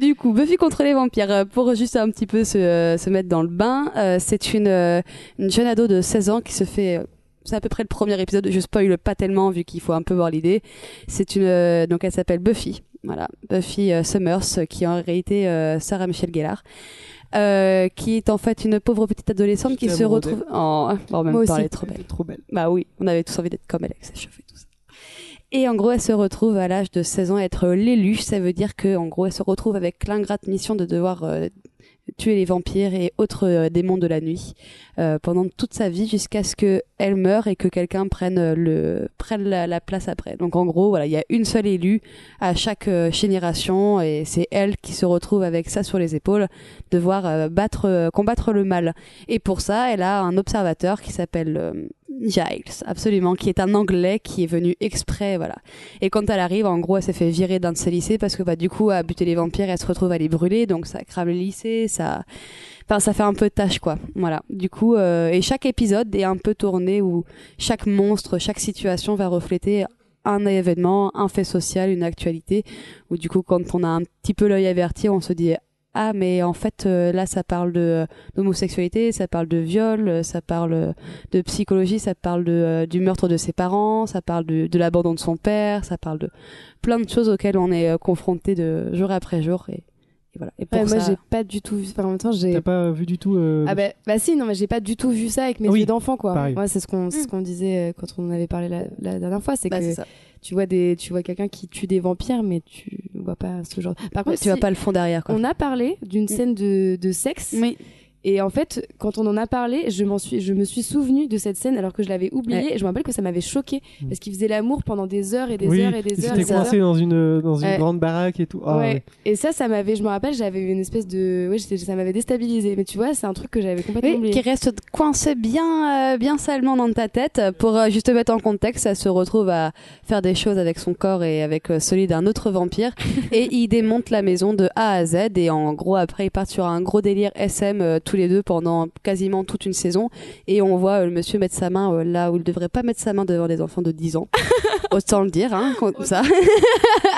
du coup, Buffy contre les vampires, euh, pour juste un petit peu se, euh, se mettre dans le bain, euh, c'est une, euh, une jeune ado de 16 ans qui se fait... euh, C'est à peu près le premier épisode, je spoil pas tellement vu qu'il faut un peu voir l'idée. C'est une... euh, donc elle s'appelle Buffy, voilà. Buffy euh, Summers, euh, qui est en réalité euh, Sarah Michelle Gellar. euh, qui est en fait une pauvre petite adolescente Je qui t'aime, se Rodel. retrouve en... Bon, même Moi pas, aussi. elle est trop belle. Trop belle. Bah oui, on avait tous envie d'être comme elle avec ses cheveux et tout ça. Et en gros, elle se retrouve à l'âge de 16 ans à être l'élu. Ça veut dire que, en gros, elle se retrouve avec l'ingrate mission de devoir euh, tuer les vampires et autres euh, démons de la nuit euh, pendant toute sa vie jusqu'à ce que elle meure et que quelqu'un prenne euh, le prenne la, la place après. Donc en gros, voilà, il y a une seule élue à chaque euh, génération et c'est elle qui se retrouve avec ça sur les épaules, devoir euh, battre euh, combattre le mal. Et pour ça, elle a un observateur qui s'appelle euh, Giles, absolument, qui est un Anglais qui est venu exprès, voilà. Et quand elle arrive, en gros, elle s'est fait virer d'un de ses lycées parce que bah du coup, à buter les vampires, elle se retrouve à les brûler, donc ça crame le lycée, ça, enfin ça fait un peu tâche quoi. Voilà. Du coup, euh, et chaque épisode est un peu tourné où chaque monstre, chaque situation va refléter un événement, un fait social, une actualité. Où du coup, quand on a un petit peu l'œil averti, on se dit ah mais en fait euh, là ça parle de euh, d'homosexualité, ça parle de viol, euh, ça parle euh, de psychologie, ça parle de, euh, du meurtre de ses parents, ça parle de, de l'abandon de son père, ça parle de plein de choses auxquelles on est euh, confronté de jour après jour et, et voilà. Et pour Ouais, ça, moi, j'ai pas du tout vu. Enfin, en même temps, j'ai. T'as pas vu du tout. euh, Ah bah, bah si, non, mais j'ai pas du tout vu ça avec mes Oui, yeux d'enfant, quoi. pareil. Moi, c'est ce qu'on c'est ce qu'on disait euh, quand on en avait parlé la, la dernière fois, c'est Hmm. bah, que c'est ça. tu vois des, tu vois quelqu'un qui tue des vampires, mais tu vois pas ce genre. Par Ouais, contre, tu vois si- pas le fond derrière quoi. Mm. on a parlé d'une scène de, de sexe, Oui. et en fait, quand on en a parlé, je m'en suis, je me suis souvenu de cette scène alors que je l'avais oubliée. Et je me rappelle que ça m'avait choqué Mm. parce qu'ils faisaient l'amour pendant des heures et des oui, heures et des heures. C'était et des heures. coincé dans une, euh, dans une Ouais. grande baraque et tout. Ah, ouais. Et ça, ça m'avait, je me rappelle, j'avais eu une espèce de, ouais, j'étais- ça m'avait déstabilisé. Mais tu vois, c'est un truc que j'avais complètement Oui, oublié. qui reste coincé bien, euh, bien salement dans ta tête. Pour euh, juste te mettre en contexte, elle se retrouve à faire des choses avec son corps et avec euh, celui d'un autre vampire. et ils démontent la maison de A à Z. Et en gros, après, ils partent sur un gros délire SM euh, tous les deux pendant quasiment toute une saison. Et on voit euh, le monsieur mettre sa main euh, là où il devrait pas mettre sa main devant des enfants de 10 ans. Autant le dire, hein, comme ça.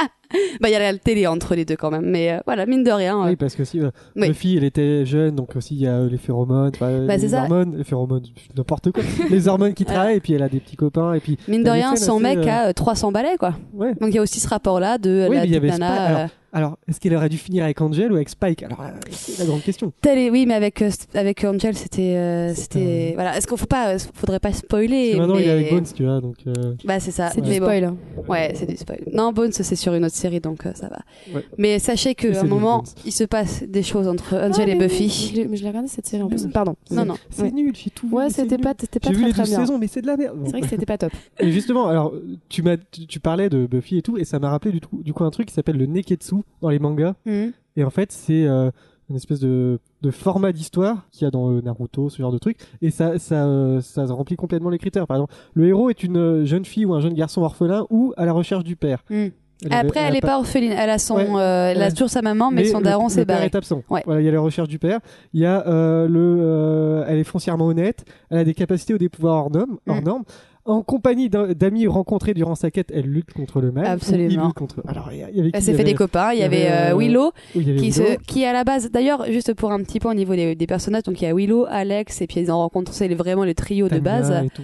bah, il y a la télé entre les deux quand même. Mais euh, voilà, mine de rien. euh, Oui, parce que si euh, Oui. Buffy, elle était jeune, donc aussi il y a euh, les phéromones, enfin, Bah, c'est les ça. hormones, les phéromones, pff, n'importe quoi, les hormones qui travaillent, et puis elle a des petits copains, et puis Mine de T'as des rien, scènes son assez, mec a euh, 300 balais, quoi. ouais. Donc il y a aussi ce rapport-là de Oui, la mais il y petite avait Spike. nana. euh, Alors, est-ce qu'elle aurait dû finir avec Angel ou avec Spike Alors, là, c'est la grande question. telle est- oui, mais avec euh, avec Angel, c'était euh, c'était un- voilà. Est-ce qu'on faut pas, euh, faudrait pas Parce spoiler que maintenant, mais... il est avec Bones, tu vois, donc. euh, Bah c'est ça. C'est du mais bon. spoil. hein. Ouais, c'est du spoil. Non, Bones, c'est sur une autre série, donc euh, ça va. Ouais. Mais sachez Et qu'à c'est un nul, moment, Bones. il se passe des choses entre Angel Ah, et mais oui, Buffy. Mm. je l'ai- Mais je l'ai regardé cette série en plus. Oui. Pardon. Non, non. C'est Ouais. nul, j'ai tout vu. Ouais, mais c'est c'était nul. pas, c'était pas J'ai vu très les très 12 bien. saisons, mais c'est de la merde. C'est vrai que c'était pas top. Et justement, alors tu m'as, tu tu parlais de Buffy et tout, et ça m'a rappelé du, tout- du coup un truc qui s'appelle le neketsu dans les mangas. Mhm. Et en fait, c'est euh, une espèce de, de format d'histoire qu'il y a dans euh, Naruto, ce genre de truc. Et ça, ça, euh, ça remplit complètement les critères. Par exemple, le héros est une euh, jeune fille ou un jeune garçon orphelin ou à la recherche du père. Mhm. Elle avait- Après, elle a n'est pas orpheline. Elle a son, Ouais. euh, elle a Ouais. toujours sa maman, mais, son le- daron le s'est père barré. est absent. Ouais. Voilà, il y a la recherche du père. Il y a euh, le, euh, elle est foncièrement honnête. Elle a des capacités ou des pouvoirs hors normes. hors Mm. normes. En compagnie d'un- d'amis rencontrés durant sa quête, elle lutte contre le mal. Absolument. Il lutte contre. Alors, il y a- il y avait qui Elle s'est Il y fait avait- des copains. Il y il y avait avait, euh, euh, Willow, oui, il y avait qui, se, Willow. qui à la base, d'ailleurs, juste pour un petit peu au niveau des, des personnages, donc il y a Willow, Alex, et puis ils en rencontrent, c'est les- vraiment le trio de Tania base. et tout.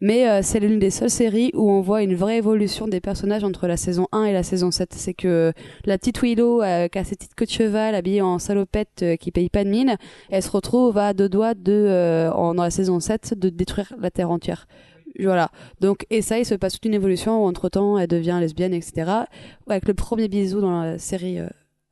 Mais euh, c'est l'une des seules séries où on voit une vraie évolution des personnages entre la saison 1 et la saison 7. C'est que la petite Willow, euh, qui a ses petites queues de cheval, habillée en salopette, euh, qui paye pas de mine, elle se retrouve à deux doigts de, euh, en- dans la saison 7 de détruire la Terre entière. Voilà. Donc, et ça, il se passe toute une évolution où entre-temps, elle devient lesbienne, etc. Avec le premier bisou dans la série euh,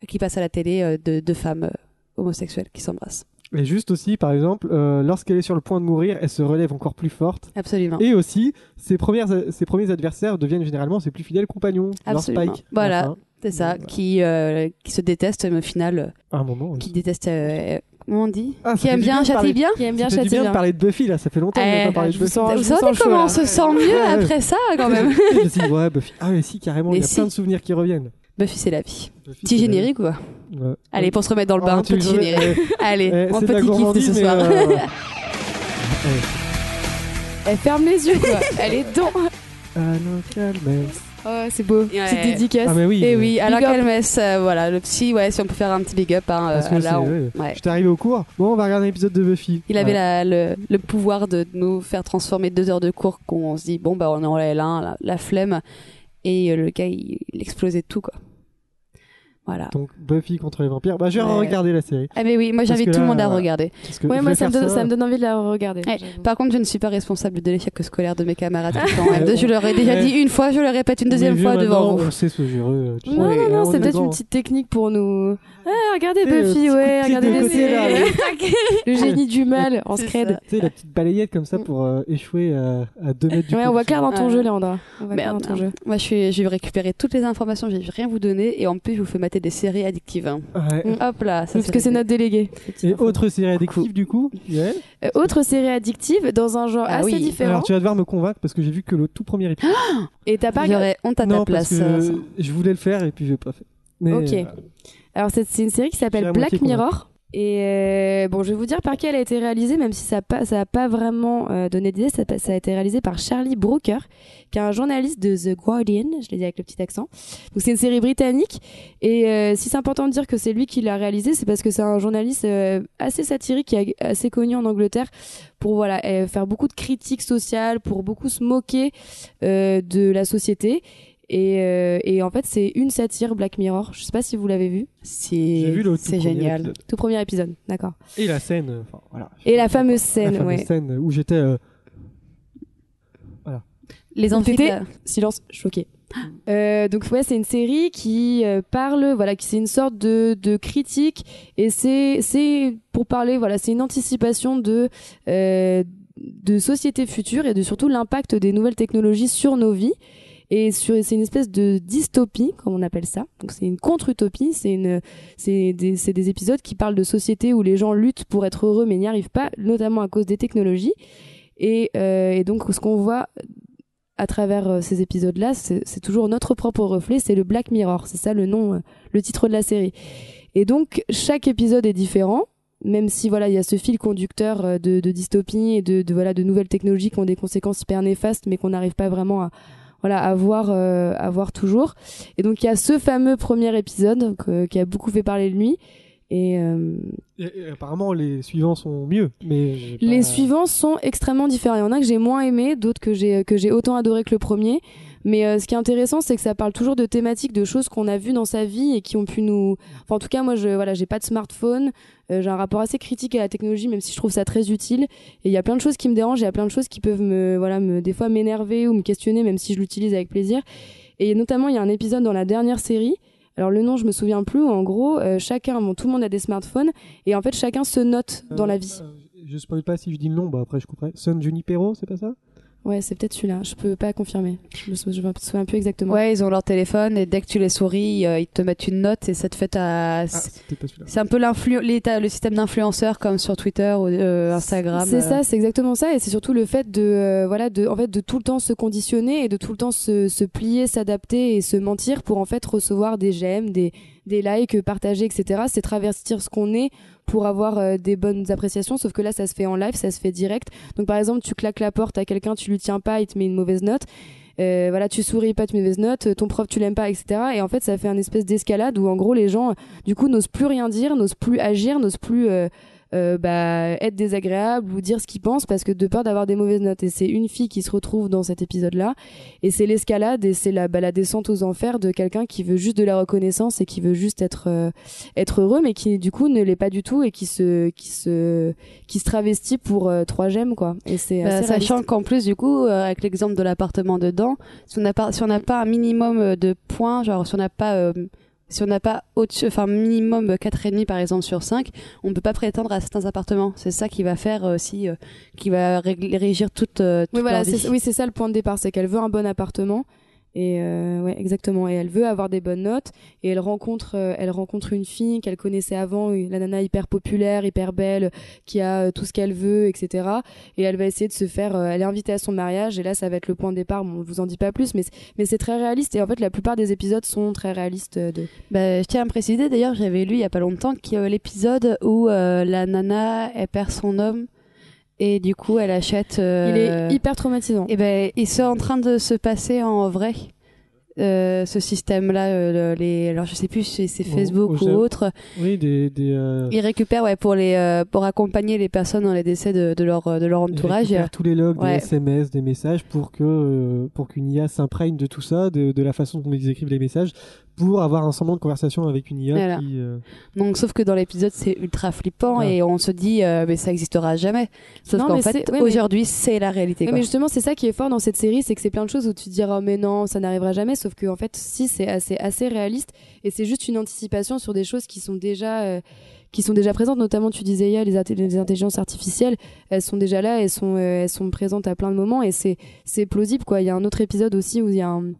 qui passe à la télé euh, de deux femmes euh, homosexuelles qui s'embrassent. Et juste aussi, par exemple, euh, lorsqu'elle est sur le point de mourir, elle se relève encore plus forte. Absolument. Et aussi, ses, premières, ses premiers adversaires deviennent généralement ses plus fidèles compagnons. Leur Absolument. Spike. Voilà. Enfin, C'est ça, Voilà. qui, euh, qui se détestent, mais au final, euh, à un moment. oui. qui déteste, euh, comment on dit Ah, ça Qui fait aime du bien, de châtie parler- bien Qui aime bien ça fait du bien châtier de parler de Buffy là, ça fait longtemps qu'on n'a Eh, pas parlé de je vous Buffy. sens- Vous je vous savez sens chaud, comment là. on se sent mieux Ouais, ouais. après ça, quand même Je me suis dit, ouais, Buffy. Ah, mais si, carrément, il y Mais a si. plein de souvenirs qui reviennent. Buffy, c'est la vie. Buffy, Petit c'est la- générique, quoi. Ouais. Allez, pour se remettre dans le Oh, bain, tu le petit remets- générique. Allez, Eh, eh, mon c'est de la petit kiff de gourmandise, ce mais, soir. euh, Elle ferme les yeux, quoi. Elle est dans. Ah non, calme. Oh, c'est beau. Ouais. Petite dédicace. Eh Ah, mais oui. Et mais- Eh oui, alors up. Calmes, euh, voilà, le petit, ouais, si on peut faire un petit big up, hein, Parce euh, que là, c'est- on- ouais. ouais. J'étais arrivé au cours. Bon, on va regarder un épisode de Buffy. Il avait Ouais. la- le, le pouvoir de nous faire transformer deux heures de cours qu'on se dit, bon, bah, on est en L1, la, la flemme. Et euh, le gars, il, il explosait tout, quoi. Voilà. Donc Buffy contre les vampires. Bah, j'ai Ouais. regardé la série. Ah, mais oui, moi, Parce j'invite que tout le là, monde à voilà. regarder. Parce que Ouais, je moi vais ça me, faire donne, ça me donne envie de la regarder. Ouais. j'avoue. Par contre, je ne suis pas responsable de l'échec scolaire de mes camarades en M2. Je leur ai déjà Ouais. dit une fois, je le répète une deuxième Mais fois vieux, devant maintenant, vous. On sait ce jureux. tu sais. Non, On est- non, non, on c'est est peut-être une grand. petite technique pour nous. Ah, regardez Tu sais, le Buffy, petit ouais, coup de pied regardez de les côté, là, séries. Le génie du mal en C'est scred. ça. Tu sais, la petite balayette comme ça pour euh, échouer euh, à 2 mètres du Ouais, on voit plafond. clair dans ton Ouais. jeu, Léandra. On voit clair Merde. dans ton jeu. Moi, je suis, j'ai récupéré toutes les informations, je vais rien vous donner et en plus, je vous fais mater des séries addictives. hein. Ouais. Mm. Hop là, ça Parce que c'est réglé. notre délégué. Et autre série addictive Coucou. du coup Yael Euh, autre série addictive dans un genre Ah assez oui. différent. Alors tu vas devoir me convaincre parce que j'ai vu que le tout premier épisode. Et t'as pas regardé. J'aurais honte à non, ta place. parce que euh, ça. je, je voulais le faire et puis je l'ai pas fait. Mais, Ok. euh, Alors c'est c'est une série qui J'ai s'appelle à Black moitié convaincu. Mirror. Et euh, bon, je vais vous dire par qui elle a été réalisée, même si ça n'a pas, ça a pas vraiment euh, donné d'idée. Ça, a pas- ça a été réalisé par Charlie Brooker, qui est un journaliste de The Guardian. Je l'ai dit avec le petit accent. Donc c'est une série britannique. Et euh, si c'est important de dire que c'est lui qui l'a réalisée, c'est parce que c'est un journaliste euh, assez satirique qui est assez connu en Angleterre pour voilà euh, faire beaucoup de critiques sociales, pour beaucoup se moquer euh, de la société. Et, euh, et en fait, c'est une satire Black Mirror. Je sais pas si vous l'avez vu. J'ai C'est vu le tout c'est premier génial. épisode. Tout premier épisode, d'accord. Et la scène. euh, enfin, voilà. Et la fameuse La scène, fameuse ouais. scène où j'étais. euh, Les Donc, amphithéâtres. t'étais- Silence choqué. Euh, donc ouais, c'est une série qui euh, parle, voilà, qui c'est une sorte de, de critique et c'est c'est pour parler, voilà, c'est une anticipation de euh, de sociétés futures et de surtout l'impact des nouvelles technologies sur nos vies et sur c'est une espèce de dystopie comme on appelle ça. Donc c'est une contre-utopie, c'est une c'est des, c'est des épisodes qui parlent de sociétés où les gens luttent pour être heureux mais n'y arrivent pas, notamment à cause des technologies. Et, euh, et donc ce qu'on voit à travers euh, ces épisodes-là, c'est c'est toujours notre propre reflet, c'est le Black Mirror, c'est ça le nom, euh, le titre de la série. Et donc chaque épisode est différent, même si voilà il y a ce fil conducteur euh, de, de dystopie et de, de, voilà de nouvelles technologies qui ont des conséquences hyper néfastes, mais qu'on n'arrive pas vraiment à voilà à voir euh, à voir toujours. Et donc il y a ce fameux premier épisode que- qui a beaucoup fait parler de lui. Et euh, et- et apparemment, les suivants sont mieux. Mais j'ai les pas- suivants sont extrêmement différents. Il y en a que j'ai moins aimé, d'autres que j'ai que j'ai autant adoré que le premier. Mais euh, ce qui est intéressant, c'est que ça parle toujours de thématiques, de choses qu'on a vues dans sa vie et qui ont pu nous. Enfin, en tout cas, moi, je voilà, j'ai pas de smartphone. euh, j'ai un rapport assez critique à la technologie, même si je trouve ça très utile. Et il y a plein de choses qui me dérangent. Il y a plein de choses qui peuvent me voilà me des fois m'énerver ou me questionner, même si je l'utilise avec plaisir. Et notamment, il y a un épisode dans la dernière série. Alors le nom, je me souviens plus. où, En gros, euh, chacun, bon, tout le monde a des smartphones et en fait, chacun se note dans Euh, la vie. euh, je spoil pas si je dis le nom, bah après je couperai. Sun Junipero, c'est pas ça Ouais, c'est peut-être celui-là. Je peux pas confirmer. Je me sou- je me souviens plus exactement. Ouais, ils ont leur téléphone et dès que tu les souris, euh, ils te mettent une note et ça te fait ta. Ah, c'était pas celui-là. C'est un peu l'influ- les- t'as le système d'influenceurs comme sur Twitter ou euh, Instagram. C'est euh. ça, c'est exactement ça, et c'est surtout le fait de euh, voilà de en fait de tout le temps se conditionner et de tout le temps se, se plier, s'adapter et se mentir pour en fait recevoir des j'aime, des des likes, partager, etc. C'est travestir ce qu'on est pour avoir euh, des bonnes appréciations. Sauf que là, ça se fait en live, ça se fait direct. Donc par exemple, tu claques la porte à quelqu'un, tu lui tiens pas, il te met une mauvaise note. Euh, voilà, tu souris pas, tu mets une mauvaise note. euh, Ton prof, tu l'aimes pas, etc. Et en fait, ça fait un espèce d'escalade où en gros les gens, euh, du coup, n'osent plus rien dire, n'osent plus agir, n'osent plus euh, euh, bah, être désagréable ou dire ce qu'ils pensent parce que de peur d'avoir des mauvaises notes. Et c'est une fille qui se retrouve dans cet épisode-là. Et c'est l'escalade et c'est la, bah, la descente aux enfers de quelqu'un qui veut juste de la reconnaissance et qui veut juste être, euh, être heureux, mais qui du coup ne l'est pas du tout et qui se, qui se, qui se travestit pour euh, trois gemmes, quoi. Et c'est Bah, assez sachant réaliste. qu'en plus, du coup, euh, avec l'exemple de l'appartement dedans, si on n'a pas, si on n'a pas un minimum euh, de points, genre si on n'a pas, euh, si on n'a pas au-dessus, enfin minimum euh, 4,5 par exemple sur 5, on ne peut pas prétendre à certains appartements. C'est ça qui va faire aussi, euh, qui va régler- régir toute, euh, toute Oui, voilà, leur vie. c'est, oui, c'est ça le point de départ, c'est qu'elle veut un bon appartement. Et euh, ouais, exactement. Et elle veut avoir des bonnes notes. Et elle rencontre, euh, elle rencontre une fille qu'elle connaissait avant, une- la nana hyper populaire, hyper belle, qui a euh, tout ce qu'elle veut, etc. Et elle va essayer de se faire. euh, elle est invitée à son mariage. Et là, ça va être le point de départ. Bon, on vous en dit pas plus, mais c'est- mais c'est très réaliste. Et en fait, la plupart des épisodes sont très réalistes. euh, De... Bah, je tiens à me préciser, d'ailleurs, j'avais lu il y a pas longtemps qu'il y a l'épisode où euh, la nana elle perd son homme et du coup elle achète. euh, Il est hyper traumatisant. Eh ben, ils sont en train de se passer en vrai. euh, ce système-là, euh, le- les, alors je sais plus si c'est Au- Facebook au ou Japon. autre, Oui, des. des euh, ils récupèrent ouais, pour, les, euh, pour accompagner les personnes dans les décès de, de leur, euh, de leur ils entourage. récupèrent tous les logs, Ouais. des SMS, des messages pour que euh, pour qu'une IA s'imprègne de tout ça, de, de la façon dont ils écrivent les messages, pour avoir un semblant de conversation avec une IA Voilà. qui. euh, Donc, sauf que dans l'épisode, c'est ultra flippant Ouais. et on se dit, euh, mais ça existera jamais. Sauf Non, qu'en mais fait, c'est- ouais, mais- aujourd'hui, c'est la réalité. Ouais, quoi. mais justement, c'est ça qui est fort dans cette série, c'est que c'est plein de choses où tu te dis oh mais non, ça n'arrivera jamais, sauf que en fait, si c'est assez assez réaliste et c'est juste une anticipation sur des choses qui sont déjà euh, qui sont déjà présentes, notamment tu disais hier les, inté- les intelligences artificielles, elles sont déjà là, elles sont euh, elles sont présentes à plein de moments et c'est c'est plausible quoi. Il y a un autre épisode aussi où il y a un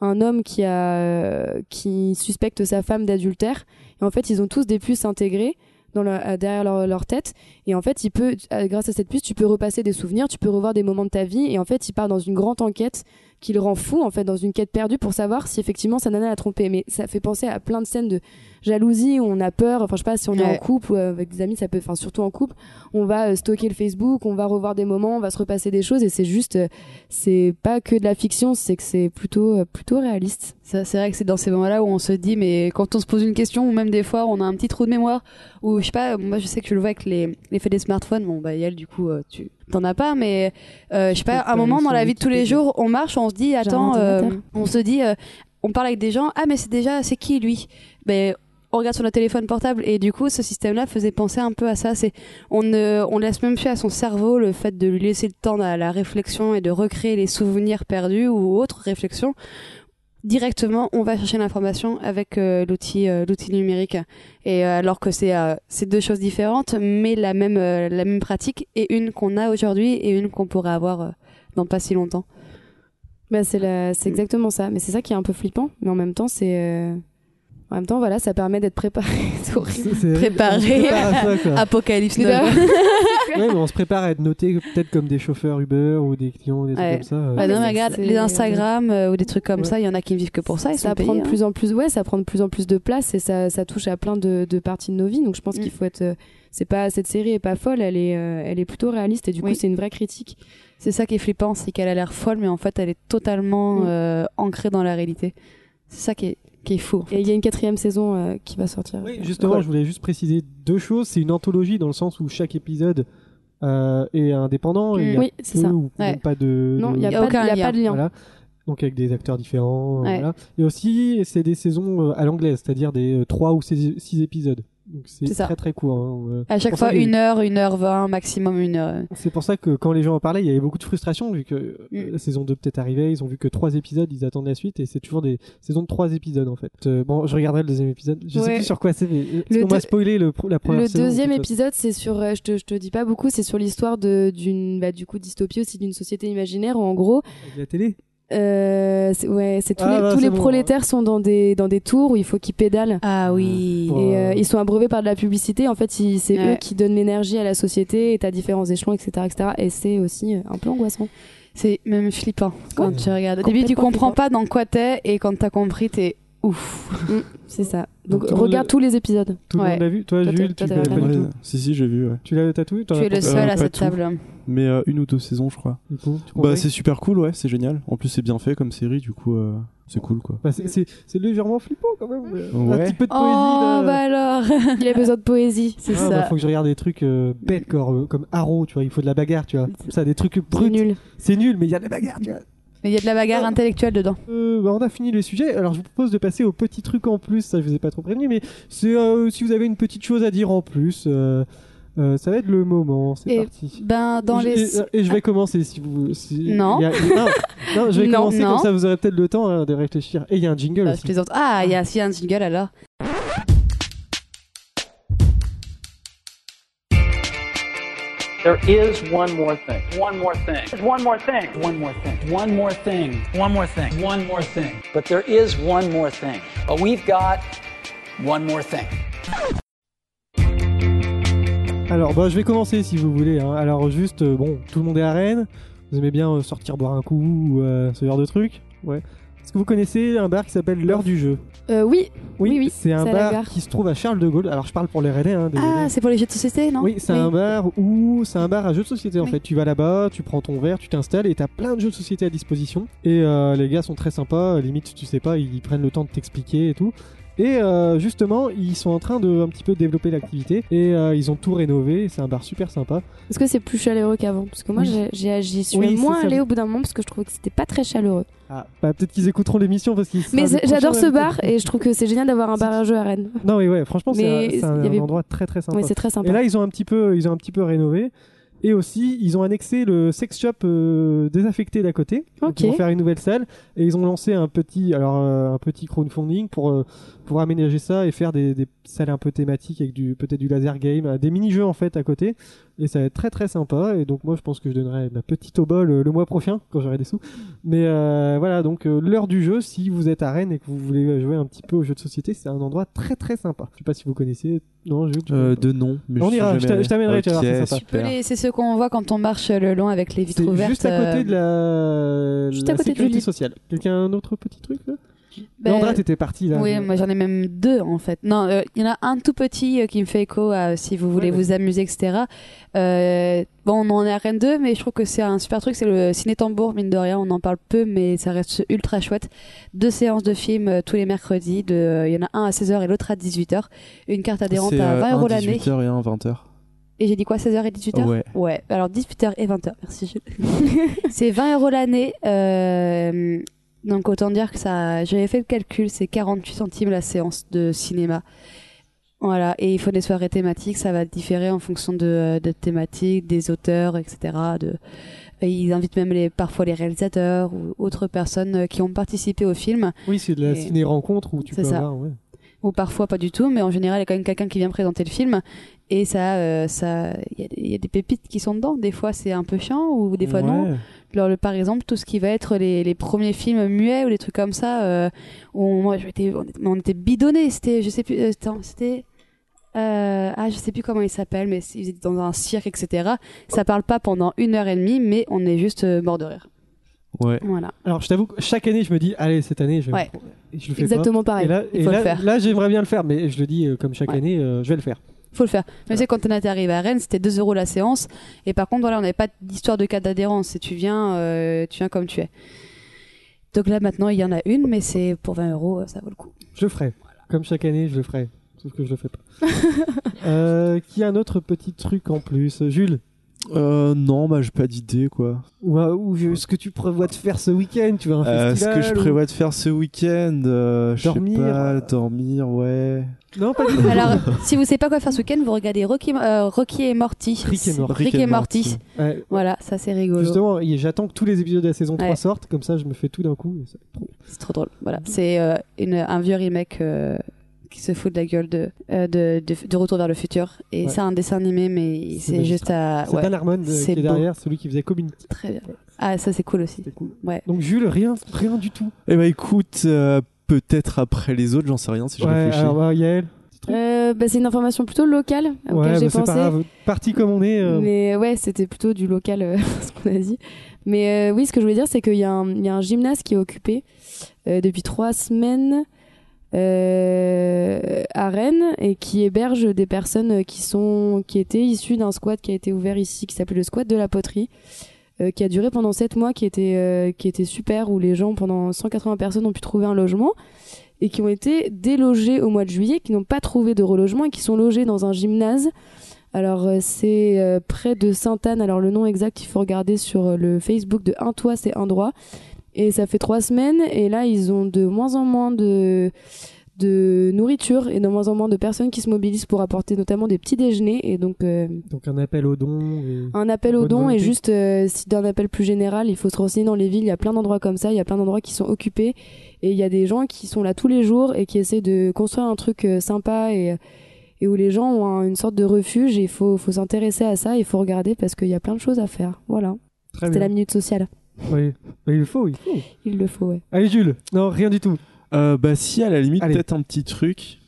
un homme qui a euh, qui suspecte sa femme d'adultère et en fait ils ont tous des puces intégrées dans leur- euh, derrière leur, leur tête et en fait il peut euh, grâce à cette puce tu peux repasser des souvenirs tu peux revoir des moments de ta vie et en fait il part dans une grande enquête qui le rend fou en fait dans une quête perdue pour savoir si effectivement sa nana l'a trompé mais ça fait penser à plein de scènes de jalousie où on a peur enfin je sais pas si on est en Ouais. couple ou euh, avec des amis ça peut enfin surtout en couple on va euh, stocker le Facebook on va revoir des moments on va se repasser des choses et c'est juste euh, c'est pas que de la fiction c'est que c'est plutôt euh, plutôt réaliste Ça, c'est vrai que c'est dans ces moments-là où on se dit, mais quand on se pose une question, ou même des fois, on a un petit trou de mémoire, ou je sais pas, moi je sais que je le vois avec les, l'effet des smartphones, bon bah Yael, du coup, euh, tu t'en as pas, mais euh, je sais pas, peux pas un moment aller dans sur la vie de tous les Wikipédia. jours, on marche, on se dit, attends, un euh, ordinateur. on se dit, euh, on parle avec des gens, ah mais c'est déjà, c'est qui lui ben, on regarde sur notre téléphone portable et du coup ce système-là faisait penser un peu à ça. C'est on ne on laisse même plus à son cerveau le fait de lui laisser le temps à la réflexion et de recréer les souvenirs perdus ou autres réflexions directement on va chercher l'information avec euh, l'outil euh, l'outil numérique et euh, alors que c'est euh, c'est deux choses différentes mais la même euh, la même pratique et une qu'on a aujourd'hui et une qu'on pourrait avoir euh, dans pas si longtemps bah c'est la c'est exactement ça mais c'est ça qui est un peu flippant mais en même temps c'est euh, en même temps voilà ça permet d'être préparé C'est horrible. c'est- c'est- Préparé. on se prépare à ça, quoi. apocalypse Mais Now. bah, Ouais, mais on se prépare à être noté peut-être comme des chauffeurs Uber ou des clients, des Ouais. trucs comme ça. euh. Ouais, Bah, non, mais mais c'est- regarde c'est- les Instagram euh, ou des trucs comme Ouais. ça il y en a qui ne vivent que pour ça ils ça sont payés, prend de hein. plus en plus ouais ça prend de plus en plus de place et ça, ça touche à plein de, de parties de nos vies donc je pense Mm. qu'il faut être euh, c'est pas cette série est pas folle elle est euh, elle est plutôt réaliste et du Oui. coup c'est une vraie critique C'est ça qui est flippant, c'est qu'elle a l'air folle, mais en fait, elle est totalement Mm. euh, ancrée dans la réalité. C'est ça qui est, qui est fou. en fait. et il y a une quatrième saison euh, qui va sortir Oui, justement, Voilà. je voulais juste préciser deux choses. C'est une anthologie dans le sens où chaque épisode euh, est indépendant. Il y a oui c'est peu ça ou Ouais. même pas de. non de- il y a, Il y a pas de- aucun il y a lien. pas de lien Voilà. Donc avec des acteurs différents. euh, Ouais. voilà. Et aussi, c'est des saisons euh, à l'anglaise, c'est-à-dire des euh, trois ou six six épisodes. Donc c'est C'est ça. très très court. hein. Euh, À chaque pour ça, fois, il y a eu- une heure, une heure vingt, maximum une heure. C'est pour ça que quand les gens en parlaient, il y avait beaucoup de frustration vu que euh, Mm. la saison 2 peut-être arrivait, ils ont vu que 3 épisodes, ils attendent la suite et c'est toujours des saisons de 3 épisodes en fait. Euh, bon, je regarderai le deuxième épisode, je sais Ouais. plus sur quoi c'est, mais euh, parce Le qu'on m'a deux- spoilé le, pr- la première Le saison, de deuxième toute façon. épisode, c'est sur, euh, je te, je te dis pas beaucoup, c'est sur l'histoire de- d'une, bah, du coup, dystopie aussi d'une société imaginaire où en gros, De la télé euh, c'est- ouais, c'est tous Ah les, bah, tous c'est les bon. prolétaires sont dans des, dans des tours où il faut qu'ils pédalent. Ah oui. Pour, Et euh, euh, ils sont abreuvés par de la publicité. En fait, ils- c'est Ouais. eux qui donnent l'énergie à la société et à différents échelons, etc., etc. Et c'est aussi euh, un peu angoissant. C'est même flippant quand Ouais. tu regardes. Au début, tu Complètement comprends pas dans quoi t'es et quand t'as compris, t'es ouf. C'est ça. Donc, Donc, tout le monde regarde le- tous les épisodes. Tout le Ouais. monde l'a vu Toi, Toi, t'as- Jules, tu toi, t'as l'as Ah, pas regardé. du Ouais, tout Si, si, j'ai vu, ouais. Tu l'as tatoué T'en tu es as le euh, pas- seul pas à cette tout. table. Mais euh, une ou deux saisons, je crois. du coup, tu Bah, conseilles c'est super cool, ouais, c'est génial. En plus, c'est bien fait comme série, du coup, euh, c'est cool, quoi. Bah, c'est, c'est, c'est légèrement flippant quand même. mais Un Ouais. petit peu de poésie. là. Oh, bah alors Il a besoin de poésie. C'est Ah, ça. bah, faut que je regarde des trucs euh, bêtes genre, euh, comme Arrow, tu vois, il faut de la bagarre, tu vois. Ça, des trucs C'est bruts. nul. C'est nul, mais il y a de la bagarre, tu vois. Mais il y a de la bagarre intellectuelle dedans. Euh, bah, on a fini les sujets. Alors, je vous propose de passer au petit truc en plus. Ça, je vous ai pas trop prévenu, mais c'est euh, si vous avez une petite chose à dire en plus, euh, euh, ça va être le moment. C'est Et parti. Ben, dans Je- les. et, et je vais commencer si vous. si- Non. il y a- non. non, je vais Non, commencer non. comme ça, vous aurez peut-être le temps hein, de réfléchir. Et il y a un jingle. Ah, je aussi. plaisante. Ah, il y a s'il y a un jingle alors. There is one more thing. One more thing. One more thing. One more thing. One more thing. One more thing. One more thing. But there is one more thing. But we've got one more thing. Alors, bah, je vais commencer si vous voulez. hein. Alors, juste, euh, bon, tout le monde est à Rennes. Vous aimez bien euh, sortir boire un coup ou euh, ce genre de truc Ouais. Est-ce que vous connaissez un bar qui s'appelle l'heure du jeu Euh, oui, Oui, oui, C'est un c'est à la bar gare. qui se trouve à Charles de Gaulle. Alors, je parle pour les Rennais, hein, désolé. Ah, c'est pour les jeux de société, non oui, c'est un bar où c'est un bar à jeux de société en Oui. fait. Tu vas là-bas, tu prends ton verre, tu t'installes et t'as plein de jeux de société à disposition. Et euh, les gars sont très sympas. Limite, tu sais pas, ils prennent le temps de t'expliquer et tout. Et euh, justement, ils sont en train de un petit peu développer l'activité et euh, ils ont tout rénové. C'est un bar super sympa. Est-ce que c'est plus chaleureux qu'avant Parce que moi, Oui. j'ai- j'ai- j'y suis Oui, c'est moins ça. allée au bout d'un moment parce que je trouvais que c'était pas très chaleureux. Ah, bah, peut-être qu'ils écouteront l'émission parce qu'ils. sera Mais le c'est- prochain j'adore ce invité. bar et je trouve que c'est génial d'avoir un C'est- bar à jeu à Rennes. Non, mais ouais, franchement, c'est Mais un, c'est un il y avait- endroit très très sympa. Ouais, c'est très sympa. et là, ils ont un petit peu, ils ont un petit peu rénové. Et aussi, ils ont annexé le sex shop euh, désaffecté d'à côté. Donc, Ok. Ils vont faire une nouvelle salle et ils ont lancé un petit, alors euh, un petit crowdfunding pour euh, pour aménager ça et faire des, des salles un peu thématiques avec du peut-être du laser game, euh, des mini jeux en fait à côté. Et ça va être très très sympa. Et donc moi, je pense que je donnerai ma petite au bol euh, le mois prochain quand j'aurai des sous. Mais euh, voilà, donc euh, l'heure du jeu, si vous êtes à Rennes et que vous voulez jouer un petit peu aux jeux de société, c'est un endroit très très sympa. Je sais pas si vous connaissez. Non, Jules, tu Euh, connais pas de nom, mais On je suis ira, jamais je t'a- allé. je t'amènerai, tu vas voir, c'est Ok, sympa. super. Les- C'est ce qu'on voit quand on marche le long avec les vitres C'est ouvertes. euh, juste à côté de la, Juste la à côté du sécurité lit. sociale. Quelqu'un un autre petit truc là Ben, Landra, t'étais parti là. Oui, moi j'en ai même deux en fait. Non, euh, il y en a un tout petit euh, qui me fait écho à euh, si vous voulez Ouais, vous amuser, etc. Euh, bon, on en est à Rennes 2, mais je trouve que c'est un super truc. C'est le ciné-tambour, mine de rien. On en parle peu, mais ça reste ultra chouette. Deux séances de films euh, tous les mercredis. de- euh, Il y en a un à 16h et l'autre à 18h. Une carte adhérente C'est, à euh, 20 euros un l'année. 18h et un 20h. Et j'ai dit quoi 16h et 18h Ouais. Ouais, alors 18h et 20h, merci Jules. c'est 20 euros l'année, euh, donc autant dire que ça. J'avais fait le calcul, c'est 48 centimes la séance de cinéma. Voilà, et il faut des soirées thématiques, ça va différer en fonction de, de thématiques, des auteurs, etc. De, et ils invitent même les, parfois les réalisateurs ou autres personnes euh, qui ont participé au film, Oui, c'est de la Et- ciné-rencontre où tu peux C'est ça. avoir. ouais. ou parfois pas du tout, mais en général, il y a quand même quelqu'un qui vient présenter le film, et ça, euh, ça, il y, a- il y a des pépites qui sont dedans. Des fois, c'est un peu chiant, ou des fois, non. Ouais. Alors, le- par exemple, tout ce qui va être les, les premiers films muets ou les trucs comme ça, euh, où on, moi, j'étais- on était- on était bidonnés. C'était, je sais plus, euh, attends, c'était. euh, ah, je sais plus comment il s'appelle, mais c'est- ils étaient dans un cirque, etc. Ça parle pas pendant une heure et demie, mais on est juste euh, mort de rire. Ouais. Voilà. Alors, je t'avoue que chaque année, je me dis, allez, cette année, je, vais Ouais. me prendre. Et je le fais Exactement pas. pareil. Et là, il et faut le là- faire. là, j'aimerais bien le faire, mais je le dis euh, comme chaque Ouais. année, euh, je vais le faire. Faut le faire. Mais Voilà. c'est quand on était arrivé à Rennes, c'était 2 euros la séance. Et par contre, voilà, on n'avait pas d'histoire de cas d'adhérence. C'est tu viens, euh, tu viens comme tu es. Donc là, maintenant, il y en a une, mais c'est pour 20 euros, euh, ça vaut le coup. Je le ferai. Comme chaque année, je le ferai. Sauf que je le fais pas. euh, qui a un autre petit truc en plus Jules Euh, non, bah j'ai pas d'idée quoi. Ou, un- ou je- ce que tu prévois de faire ce week-end Tu vas à un Euh, ce festival que je ou- prévois de faire ce week-end, euh, je sais Dormir, pas, euh. dormir, ouais. Non, pas du tout. Alors, si vous savez pas quoi faire ce week-end, vous regardez Rocky, euh, Rocky et Morty. Rick et Morty. Rick et Morty. Ouais, Voilà, ça c'est rigolo. Justement, et j'attends que tous les épisodes de la saison 3 Ouais. sortent, comme ça je me fais tout d'un coup. et ça- C'est trop drôle. Voilà, c'est euh, une- un vieux remake euh, qui se fout de la gueule de euh, de, de, de Retour vers le futur. Et Ouais. c'est un dessin animé, mais C'est c'est juste à C'est Ah ouais, Dan Harmon euh, qui c'est est beau. derrière, celui qui faisait Community. très bien. Ah, ça c'est cool aussi. C'était cool. Ouais. Donc Jules, rien, rien du tout. Eh bah écoute, euh, peut-être après les autres, j'en sais rien si je ouais, réfléchis. alors bah, Yael. Euh, bah, c'est une information plutôt locale à Ouais, laquelle bah, j'ai c'est pas pensé. grave. Parti comme on est. euh, Mais ouais, c'était plutôt du local, euh, ce qu'on a dit. Mais euh, oui, ce que je voulais dire, c'est qu'il y, a un- il y a un gymnase qui est occupé euh, depuis trois semaines euh, à Rennes et qui héberge des personnes qui, sont, qui étaient issues d'un squat qui a été ouvert ici, qui s'appelait le squat de la poterie, euh, qui a duré pendant sept mois, qui était, euh, qui était super, où les gens, pendant 180 personnes, ont pu trouver un logement et qui ont été délogés au mois de juillet, qui n'ont pas trouvé de relogement et qui sont logés dans un gymnase. Alors euh, c'est euh, près de Sainte-Anne, alors le nom exact il faut regarder sur euh, le Facebook de Un Toit c'est un droit. Et ça fait trois semaines et là ils ont de moins en moins de, de nourriture et de moins en moins de personnes qui se mobilisent pour apporter notamment des petits déjeuners et donc... euh, Donc un appel aux dons. et- un appel Bonne aux dons volonté. et juste euh, si d'un appel plus général, il faut se renseigner dans les villes. Il y a plein d'endroits comme ça, il y a plein d'endroits qui sont occupés et il y a des gens qui sont là tous les jours et qui essaient de construire un truc euh, sympa et, et où les gens ont un- une sorte de refuge. Et il faut, faut s'intéresser à ça, il faut regarder parce qu'il y a plein de choses à faire. Voilà, Très c'était bien. la minute sociale. Oui. Mais il le faut, il faut. Il le faut, ouais. Allez Jules, non rien du tout. Euh, bah si, à la limite, Allez. peut-être un petit truc.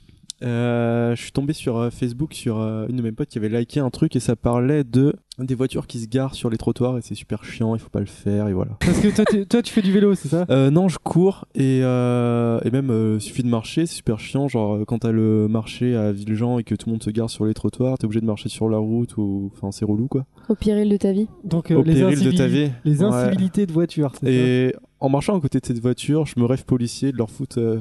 Euh, je suis tombé sur euh, Facebook sur euh, une de mes potes qui avait liké un truc et ça parlait de des voitures qui se garent sur les trottoirs et c'est super chiant, il faut pas le faire et voilà. Parce que toi, tu, toi, tu fais du vélo, c'est ça Euh, non, je cours et, euh, et même euh, suffit de marcher, c'est super chiant. Genre euh, quand t'as le marché à Villejean et que tout le monde se gare sur les trottoirs, t'es obligé de marcher sur la route ou enfin c'est relou quoi. Au péril de ta vie. Donc euh, Au les, péril de ta incivili- vie. les Ouais. incivilités de voiture. c'est ça Et en marchant à côté de cette voiture, je me rêve policier de leur foutre euh,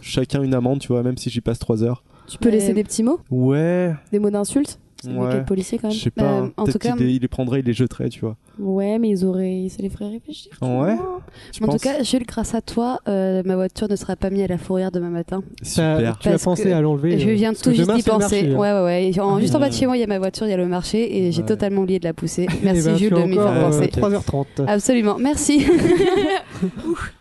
chacun une amende, tu vois, même si j'y passe 3 heures. Tu peux Mais- laisser des petits mots, Ouais, des mots d'insulte C'est le Ouais. cas de policier quand je même. sais pas. Euh, hein. en Peut-être tout cas, qu'il les- il les prendrait, il les jetterait, tu vois. Ouais, mais ils auraient, ça les ferait réfléchir. tu Ouais. vois. Tu En tout penses cas, Jules, grâce à toi, euh, ma voiture ne sera pas mise à la fourrière demain matin. T'as- Super. tu as Parce pensé que à l'enlever. je euh, viens parce tout que juste demain, d'y c'est le penser. marché, hein. ouais, ouais, ouais. Et en- Ah, juste en bas de ouais. chez moi, il y a ma voiture, il y a le marché, et j'ai Ouais. totalement oublié de la pousser. Eh Merci ben, tu Jules as de m'y encore, faire euh, penser. ok. 3h30. Absolument, merci.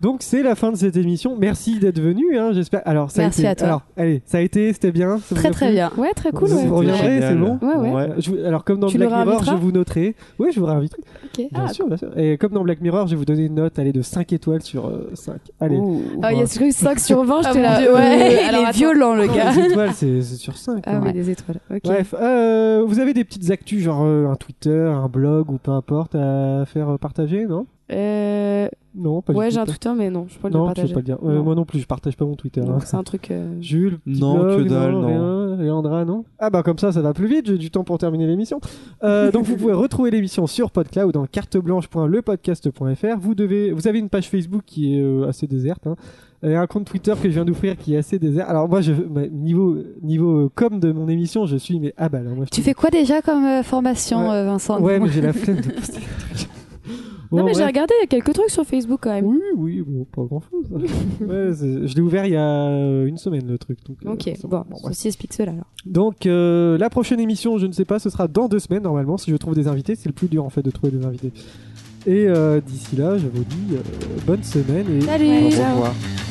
Donc c'est la fin de cette émission. Merci d'être venu. hein, J'espère. Alors ça Merci a été. à toi. Alors allez, ça a été, c'était bien. ça vous très a très plu bien. Ouais, très cool. Vous ouais. reviendrez, Génial. c'est bon Ouais, ouais. Euh, je vous- alors comme dans Tu Ah, le Black Mirror, je réinviteras vous noterai. Oui, je vous réinviterai. Ok. Bien sûr, bien sûr. Et comme dans Black Mirror, je vais vous donner une note allez, de 5 étoiles sur 5. Allez. Ah, il y a ce truc 5 sur 20, j'étais là. Dieu, ouais, il est alors, attends. violent le Non, gars. les étoiles, c'est c'est sur 5. Ah oui, des étoiles. Ok. Bref, euh, vous avez des petites actus, genre euh, un Twitter, un blog ou peu importe, à faire euh, partager, non Euh, Non, pas ouais, du j'ai tout. un Twitter, mais non, je peux pas le non, tu partager. veux pas le dire. Ouais, Non. Moi non plus, je partage pas mon Twitter. hein. Donc, C'est un truc. euh, Jules, petit Non, blog, que dalle, non. rien. Léandra, non Ah bah comme ça, ça va plus vite, j'ai du temps pour terminer l'émission. Euh, donc vous pouvez retrouver l'émission sur PodCloud en carteblanche.lepodcast.fr. Vous devez, vous avez une page Facebook qui est euh, assez déserte, hein, et un compte Twitter que je viens d'ouvrir qui est assez désert. Alors moi, je, bah, niveau niveau euh, com de mon émission, je suis mais ah bah alors moi. je Tu te- fais quoi déjà comme euh, formation, Ouais. euh, Vincent Ouais, Dis-moi. mais j'ai la flemme de poster. des trucs. Non, Bon, mais j'ai bref. regardé, il y a quelques trucs sur Facebook quand même. Oui, oui, bon, pas grand chose. je l'ai ouvert il y a euh, une semaine le truc. Donc, euh, Ok, ça va. bon, Bon, bref. ceci explique cela alors. Donc euh, la prochaine émission, je ne sais pas, ce sera dans deux semaines normalement si je trouve des invités. C'est le plus dur en fait de trouver des invités. Et euh, d'ici là, je vous dis euh, bonne semaine et Salut. au Ciao. revoir.